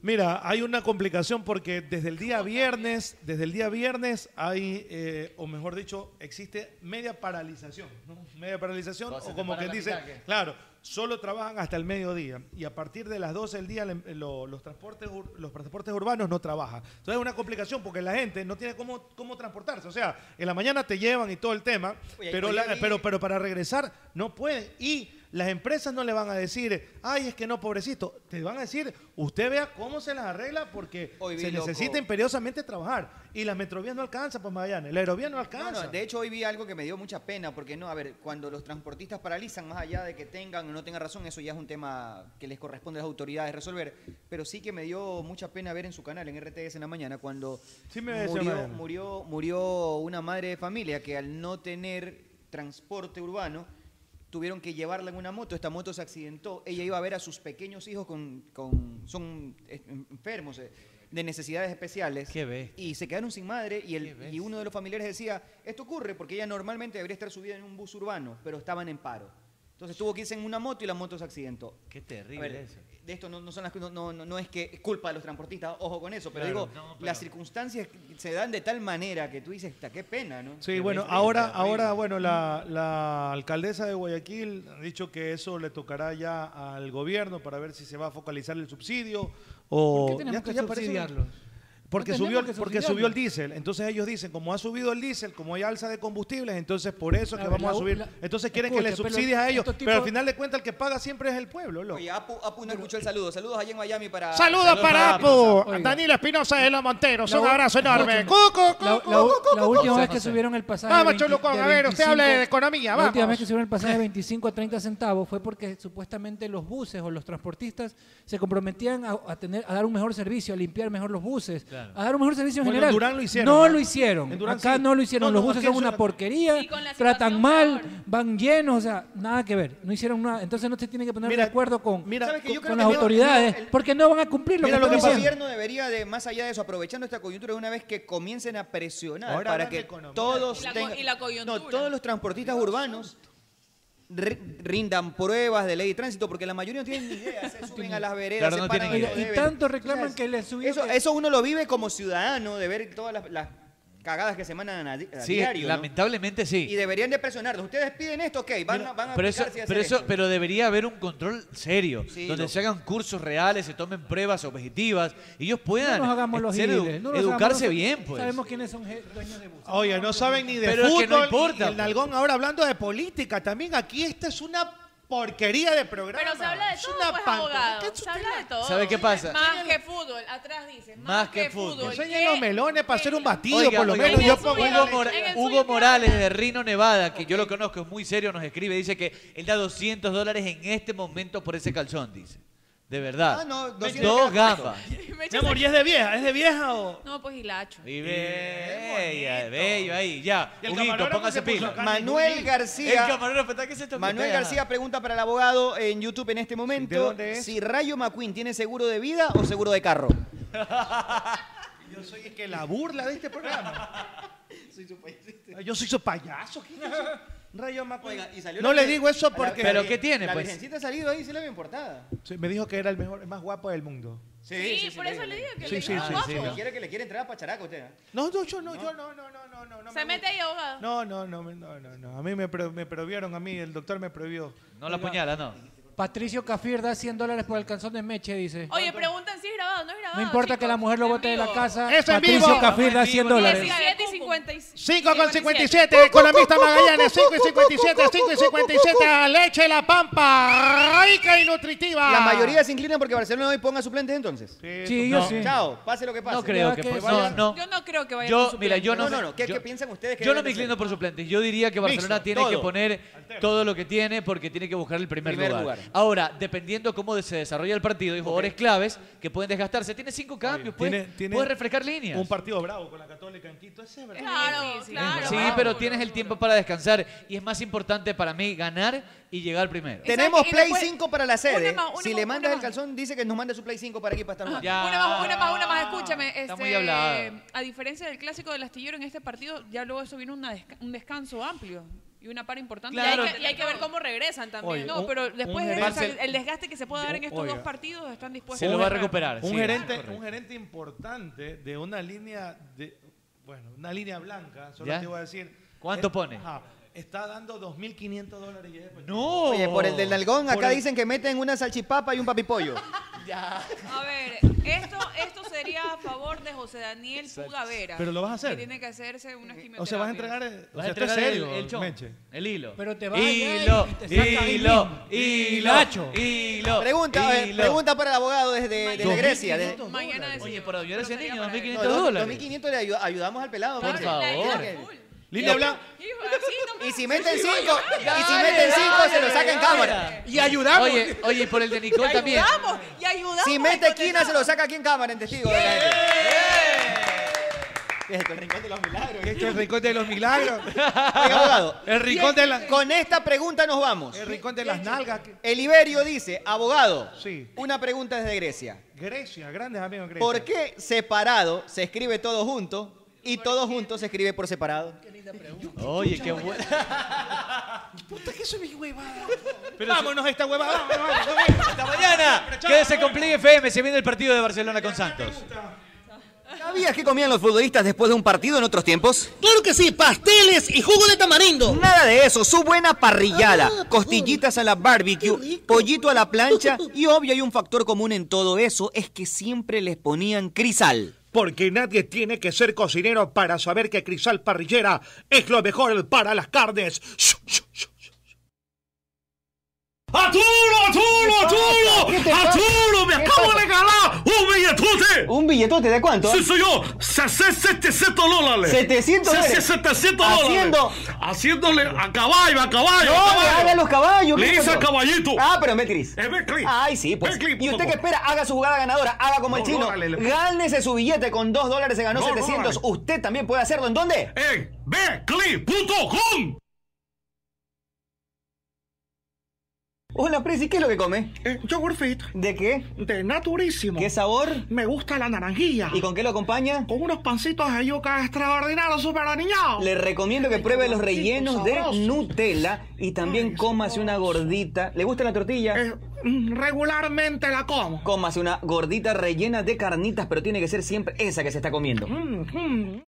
E: Mira, hay una complicación porque desde el día viernes, desde el día viernes hay, eh, o mejor dicho, existe media paralización, ¿no? Media paralización,
B: O se
E: o
B: te
E: como
B: para
E: quien
B: la
E: dice,
B: mitad, ¿qué?
E: claro, solo trabajan hasta el mediodía y a partir de las 12 del día le- lo- los, transportes, ur- los transportes urbanos no trabajan. Entonces es una complicación porque la gente no tiene cómo, cómo transportarse, o sea, en la mañana te llevan y todo el tema,
A: Oye,
E: pero,
A: hoy
E: la-
A: día vi-
E: pero, pero para regresar no pueden y las empresas no le van a decir, ay, es que no, pobrecito, te van a decir, usted vea cómo se las arregla porque
A: Hoy vi,
E: se
A: loco.
E: necesita imperiosamente trabajar y las metrovías no alcanzan, pues Magallanes, la aerovía no
A: No,
E: alcanza.
A: no, de hecho hoy vi algo que me dio mucha pena, porque no, a ver, cuando los transportistas paralizan, más allá de que tengan o no tengan razón, eso ya es un tema que les corresponde a las autoridades resolver, pero sí que me dio mucha pena ver en su canal, en RTS en la mañana, cuando
E: Sí me decía
A: murió,
E: Mariana.
A: murió, murió una madre de familia que al no tener transporte urbano, tuvieron que llevarla en una moto, esta moto se accidentó, ella iba a ver a sus pequeños hijos con, con- son eh, enfermos eh, de necesidades especiales
B: Qué bestia.
A: y se quedaron sin madre y,
B: Qué
A: el,
B: bestia.
A: y uno de los familiares decía, esto ocurre porque ella normalmente debería estar subida en un bus urbano, pero estaban en paro. Entonces tuvo que irse en una moto y la moto se accidentó.
B: Qué
A: A
B: terrible
A: ver,
B: eso.
A: de esto no, no son las, no, no, no es que es culpa de los transportistas, ojo con eso, pero
B: Claro.
A: digo,
B: No,
A: las circunstancias se dan de tal manera que tú dices, "Ta, qué pena, ¿no?
E: Sí, bueno,
B: ah,
E: ahora, ahora bueno, la, la alcaldesa de Guayaquil ha dicho que eso le tocará ya al gobierno para ver si se va a focalizar el subsidio o
D: ¿Por qué tenemos
E: esto
D: que
E: parece-
D: subsidiarlos?
E: Porque
D: No
E: subió,
D: tenemos que
E: porque
D: subsidiarlo.
E: subió el diésel. Entonces ellos dicen, como ha subido el diésel, como hay alza de combustibles, entonces por eso es
D: A
E: que
D: ver,
E: vamos
D: la
E: a
D: u-
E: subir.
D: la-
E: entonces quieren que
D: Escucha,
E: les
D: pero
E: subsidie a ellos.
D: estos
E: Pero al
D: tipos-
E: final de cuentas el que paga siempre es el pueblo, loco.
A: Oye, Apu, Apu no escuchó el saludo. Saludos allá en Miami para...
E: Saludos para Apu,
D: Oiga.
E: Danilo Espinosa de la Montero.
D: La
E: Un
D: u-
E: abrazo enorme.
D: Escúchame.
E: Cucu,
D: La,
E: cucu,
D: la u-
E: cucu, cucu,
D: la última
E: cucu.
D: vez que subieron el pasaje.
E: Vamos,
D: 20
E: Cholucón,
D: de
E: Ah, a ver, usted hable de
D: 25
E: economía,
D: La última
E: vamos.
D: vez que subieron el pasaje de 25 a 30 centavos fue porque supuestamente los buses o los transportistas se comprometían a, a tener, a dar un mejor servicio, a limpiar mejor los buses, a dar un mejor servicio en
E: Bueno, en
D: general.
E: Durán lo hicieron,
D: no
E: ¿ah?
D: lo hicieron.
E: En Durán
D: Acá
E: sí.
D: no lo hicieron.
E: No,
D: los
E: no,
D: buses
E: aquí
D: son
E: es
D: una
E: una-
D: porquería,
C: Y con la
D: tratan
C: situación
D: mal,
C: peor.
D: van llenos, o sea, nada que ver. No hicieron nada. Entonces no se tienen que poner
E: Mira,
D: de acuerdo con,
E: mira,
D: con-
A: ¿sabes que yo creo
D: con
A: que
D: las
A: no-
D: autoridades
A: no, el-
D: porque no van a cumplir lo
A: Mira,
D: que
A: lo que el
D: están diciendo.
A: gobierno debería de, más allá de eso, aprovechando esta coyuntura de una vez que comiencen a presionar
E: Ahora
A: para
E: hablan de
A: que
E: economía.
A: todos
C: Y la co-
A: tengan-
C: y la coyuntura.
A: No, todos los transportistas urbanos ri- rindan pruebas de ley de tránsito porque la mayoría no tienen ni idea, se suben a las veredas,
B: Claro,
A: se
B: no
A: paran
B: tienen
A: donde
D: Oiga,
A: no
D: y
A: deben.
D: tanto reclaman
A: O sea,
D: que les subieron
A: Eso,
D: que-
A: eso uno lo vive como ciudadano, de ver todas las, las cagadas que se mandan a, a
B: Sí,
A: diario. ¿no?
B: lamentablemente sí.
A: Y deberían de presionarlos. Ustedes piden esto, ok, van, a- van a
B: Pero, eso,
A: aplicarse y hacer
B: pero, eso,
A: esto.
B: pero debería haber un control serio,
A: Sí,
B: donde
A: no.
B: se hagan cursos reales, se tomen pruebas objetivas, y ellos puedan
D: No nos hagamos los
B: ser edu-
D: giles, no nos
B: educarse
D: hagamos-
B: bien, pues.
D: Sabemos quiénes son je- dueños de buses.
G: Oye, no saben ni de
B: Pero es
G: fútbol.
B: que no importa, pues.
G: y el Nalgón ahora hablando de política también. Aquí esta es una porquería de programa.
C: Pero se habla de
G: Es
C: todo,
G: una
C: pues,
G: pan-
C: abogado. Se habla de todo.
G: ¿Sabe qué pasa?
C: Más que fútbol. Atrás dice. Más, que, fútbol.
G: Enseñen los melones para hacer un batido,
B: pues. Oiga,
G: por lo
B: oiga,
G: menos.
B: Hugo,
G: Yo
B: Hugo
G: pongo
B: Mora- Hugo Morales de Rino, Nevada, que yo lo conozco, es muy serio, nos escribe, dice que él da 200 dólares en este momento por ese calzón, dice. De verdad.
G: Ah, no, 200
B: Dos
G: era
B: gafas.
G: Mi amor, ¿y es de vieja? ¿Es de vieja o...?
C: No, pues hilacho.
B: Y bella, bello ahí, ya.
A: Y el
B: Huguito,
A: camarógrafo
B: póngase
A: se puso
B: pila.
A: acá, Manuel ningún- García.
B: El camarógrafo está que se toquetea.
A: Manuel García pregunta para el abogado en YouTube en este
B: ¿De
A: momento
B: dónde es?
A: si Rayo McQueen tiene seguro de vida o seguro de carro.
G: Yo soy es que la burla de este programa. Yo soy su payaso. ¿qué es eso? Rayo McQueen.
A: Oiga, y salió
G: no
A: la-
G: le digo
A: a
G: eso
A: la-
G: porque...
A: ¿Pero qué
G: tiene,
A: la virgencita ha salido ahí, sí la veo importada.
G: me dijo que era el mejor, el más guapo del mundo.
A: Sí,
C: por eso le digo que
G: Sí,
C: le
G: sí,
C: digo
G: sí,
C: guapo.
G: sí, no.
A: Quiere que le quiera entrar a Pacharaca usted. ¿eh?
G: No, no, yo no, yo no, no, no, no, no. no
C: Se
G: me
C: mete ahí ahogado.
G: No, no, no, no, no, no. A mí me, pro- me prohibieron, a mí el doctor me prohibió.
B: No la apuñala, no.
D: Patricio Cafir da 100 dólares por el calzón de Meche, dice.
C: Oye, preguntan si es grabado, no es grabado.
D: No importa que la mujer lo bote de la casa. Patricio
G: vivo!
D: Cafir da 100 dólares.
C: 17 y 56.
G: 5 con 57, columnista Magallanes, 5 y 57, 5 y 57, leche la pampa, rica y nutritiva.
A: La mayoría se inclina porque Barcelona hoy ponga suplente entonces.
B: Sí, yo no. sí.
A: Chao, pase lo que pase.
B: No creo que pues, no, no.
F: Yo no creo que vaya
B: Yo,
F: con su
B: mira, yo no.
F: plan.
A: No, no, no. ¿Qué-
B: yo-
A: qué piensan ustedes que
B: Yo no
A: deben
B: me
A: hacer?
B: inclino por suplentes. Yo diría que Barcelona
A: Mixto,
B: tiene que
A: todo.
B: poner todo lo que tiene porque tiene que buscar el primer,
A: Primer
B: lugar.
A: lugar.
B: Ahora, dependiendo cómo se desarrolla el partido, hay jugadores claves que pueden desgastarse. Tiene cinco cambios, puede,
G: tiene- tiene
B: puede refrescar líneas.
G: Un partido bravo con la Católica en Quito, ese es verdad.
C: Claro, claro.
B: sí, pero tienes el tiempo para descansar y es más importante para mí ganar y llegar primero.
A: Tenemos
C: Y
A: Play
C: después-
A: 5 para la sede.
C: Una más, una
A: si
C: más,
A: le
C: una
A: mandas el
C: más.
A: calzón, dice que nos mande su Play 5 para aquí para estar jugando.
B: Ya.
C: Una más, una más, una
G: Ah,
C: más, escúchame. Este,
B: muy hablada.
C: A diferencia del clásico del astillero, en este partido ya luego eso viene una desca- un descanso amplio y una para importante.
B: Claro.
C: y, hay que, y hay que ver cómo regresan también.
G: Oye,
C: no,
G: un-
C: pero
G: un
C: después de
G: gerente-
C: el desgaste que se puede dar en estos
G: Oiga.
C: dos partidos, están
F: Pues
C: dispuestos
B: Se lo va a
C: correr.
B: recuperar.
G: Un
B: sí, Ah,
G: gerente,
B: correcto.
G: un gerente importante de una línea de bueno, una línea blanca, solo
B: ¿Ya?
G: te voy a decir.
B: ¿Cuánto
G: es-
B: pone?
G: ajá, está dando 2500 dólares y es después-
B: No.
A: Oye, por el del nalgón,
G: Por
A: acá
G: el-
A: dicen que meten una salchipapa y un papipollo.
F: A ver, esto, esto sería a favor de José Daniel Pugavera.
G: Pero lo vas a hacer.
F: Que tiene que hacerse una quimioterapia.
G: O sea, vas a entregar, el-
B: Vas a
G: o sea, esto es
B: entregar el-
G: serio,
B: el show,
G: Meche.
B: el hilo.
D: Pero te va
B: hilo,
D: allá y te saca ahí
B: hilo,
D: mismo.
B: hilo,
D: Nacho.
B: hilo.
A: Pregunta, eh,
B: hilo.
A: pregunta para el abogado desde, desde Grecia. de-
C: Mañana decimos.
B: Oye, por ayudar a ese niño,
A: No,
B: 2.500
A: dos-
B: dólares.
A: 2.500 le ayu- ayudamos al pelado.
B: Por
A: Meche.
B: favor.
G: Línea blanca.
C: Hijo, así no
A: Y si meten
C: Sí,
A: 5,
C: yo-
A: y si meten 5 se lo saca en cámara.
D: Y ayudamos.
B: Oye, oye, y por el de Nicole
C: Y
B: también.
C: ayudamos, y ayudamos.
A: Si mete esquina se lo saca aquí en cámara en testigo. de la gente. Desde que el rincón de los milagros. ¿eh?
G: Este es el rincón de los milagros.
A: Oiga, abogado,
G: El rincón de la-
A: Con esta pregunta nos vamos.
G: El rincón de las nalgas.
A: El Iberio dice, abogado,
G: Sí.
A: una pregunta desde Grecia.
G: Grecia, grandes amigos de Grecia.
A: ¿Por qué separado se escribe todo junto y todo junto se escribe por separado?
B: Oye, qué bueno.
G: Puta, que eso es mi huevada.
B: Pero
G: Vámonos a esta huevada. vámonos, vámonos, vámonos.
B: Hasta mañana. Quédese con Play FM. Se viene el partido de Barcelona con Santos.
I: ¿Sabías que comían los futbolistas después de un partido en otros tiempos?
P: Claro que sí, pasteles y jugo de tamarindo. Ah,
I: Nada de eso, su buena parrillada, costillitas a la barbecue, pollito a la plancha y obvio hay un factor común en todo eso, es que siempre les ponían crisal.
P: Porque nadie tiene que ser cocinero para saber que Crisal Parrillera es lo mejor para las carnes.
H: ¡Aturo, aturo,
I: ¿Qué te
H: aturo!
I: pasa?
H: ¡Aturo! ¡Me
I: ¿Qué
H: acabo
I: pasa?
H: de ganar un billetote!
I: ¿Un billetote de cuánto?
H: Sí, soy yo. Se- se- 700 dólares.
I: 700
H: Se- se-
I: dólares.
H: 700 dólares.
I: Haciendo-
H: Haciéndole a caballo, a caballo.
I: No,
H: a
I: me
H: caballo.
I: haga Ah, los caballos.
H: Le
I: Petro.
H: hice a caballito. Eh,
I: Ah, pero en Betcris.
H: Es Betcris.
I: Ay, sí, pues.
H: Betcris punto
I: y usted
H: com.
I: que espera, haga su jugada ganadora, haga como el
H: No,
I: chino.
H: no, dale, le-
I: Gánese su billete con 2 dólares, se ganó
H: No, Eh. no,
I: 700. usted también puede hacerlo. ¿En dónde?
H: En betcris.com.
I: Hola, Prezi, ¿qué es lo que come?
P: Yogurt fit
I: ¿De qué?
P: de naturísimo.
I: Eh, ¿Qué sabor?
P: Me gusta la naranjilla.
I: ¿Y con qué lo acompaña?
P: Con unos pancitos de yuca extraordinarios, super aniñados.
I: Le recomiendo que pruebe los rellenos de
P: sabroso.
I: Nutella y también cómase una gordita. ¿Le gusta la tortilla?
P: Eh, mm, regularmente la como.
I: Cómase una gordita rellena de carnitas, pero tiene que ser siempre esa que se está comiendo.
P: Mm, mm.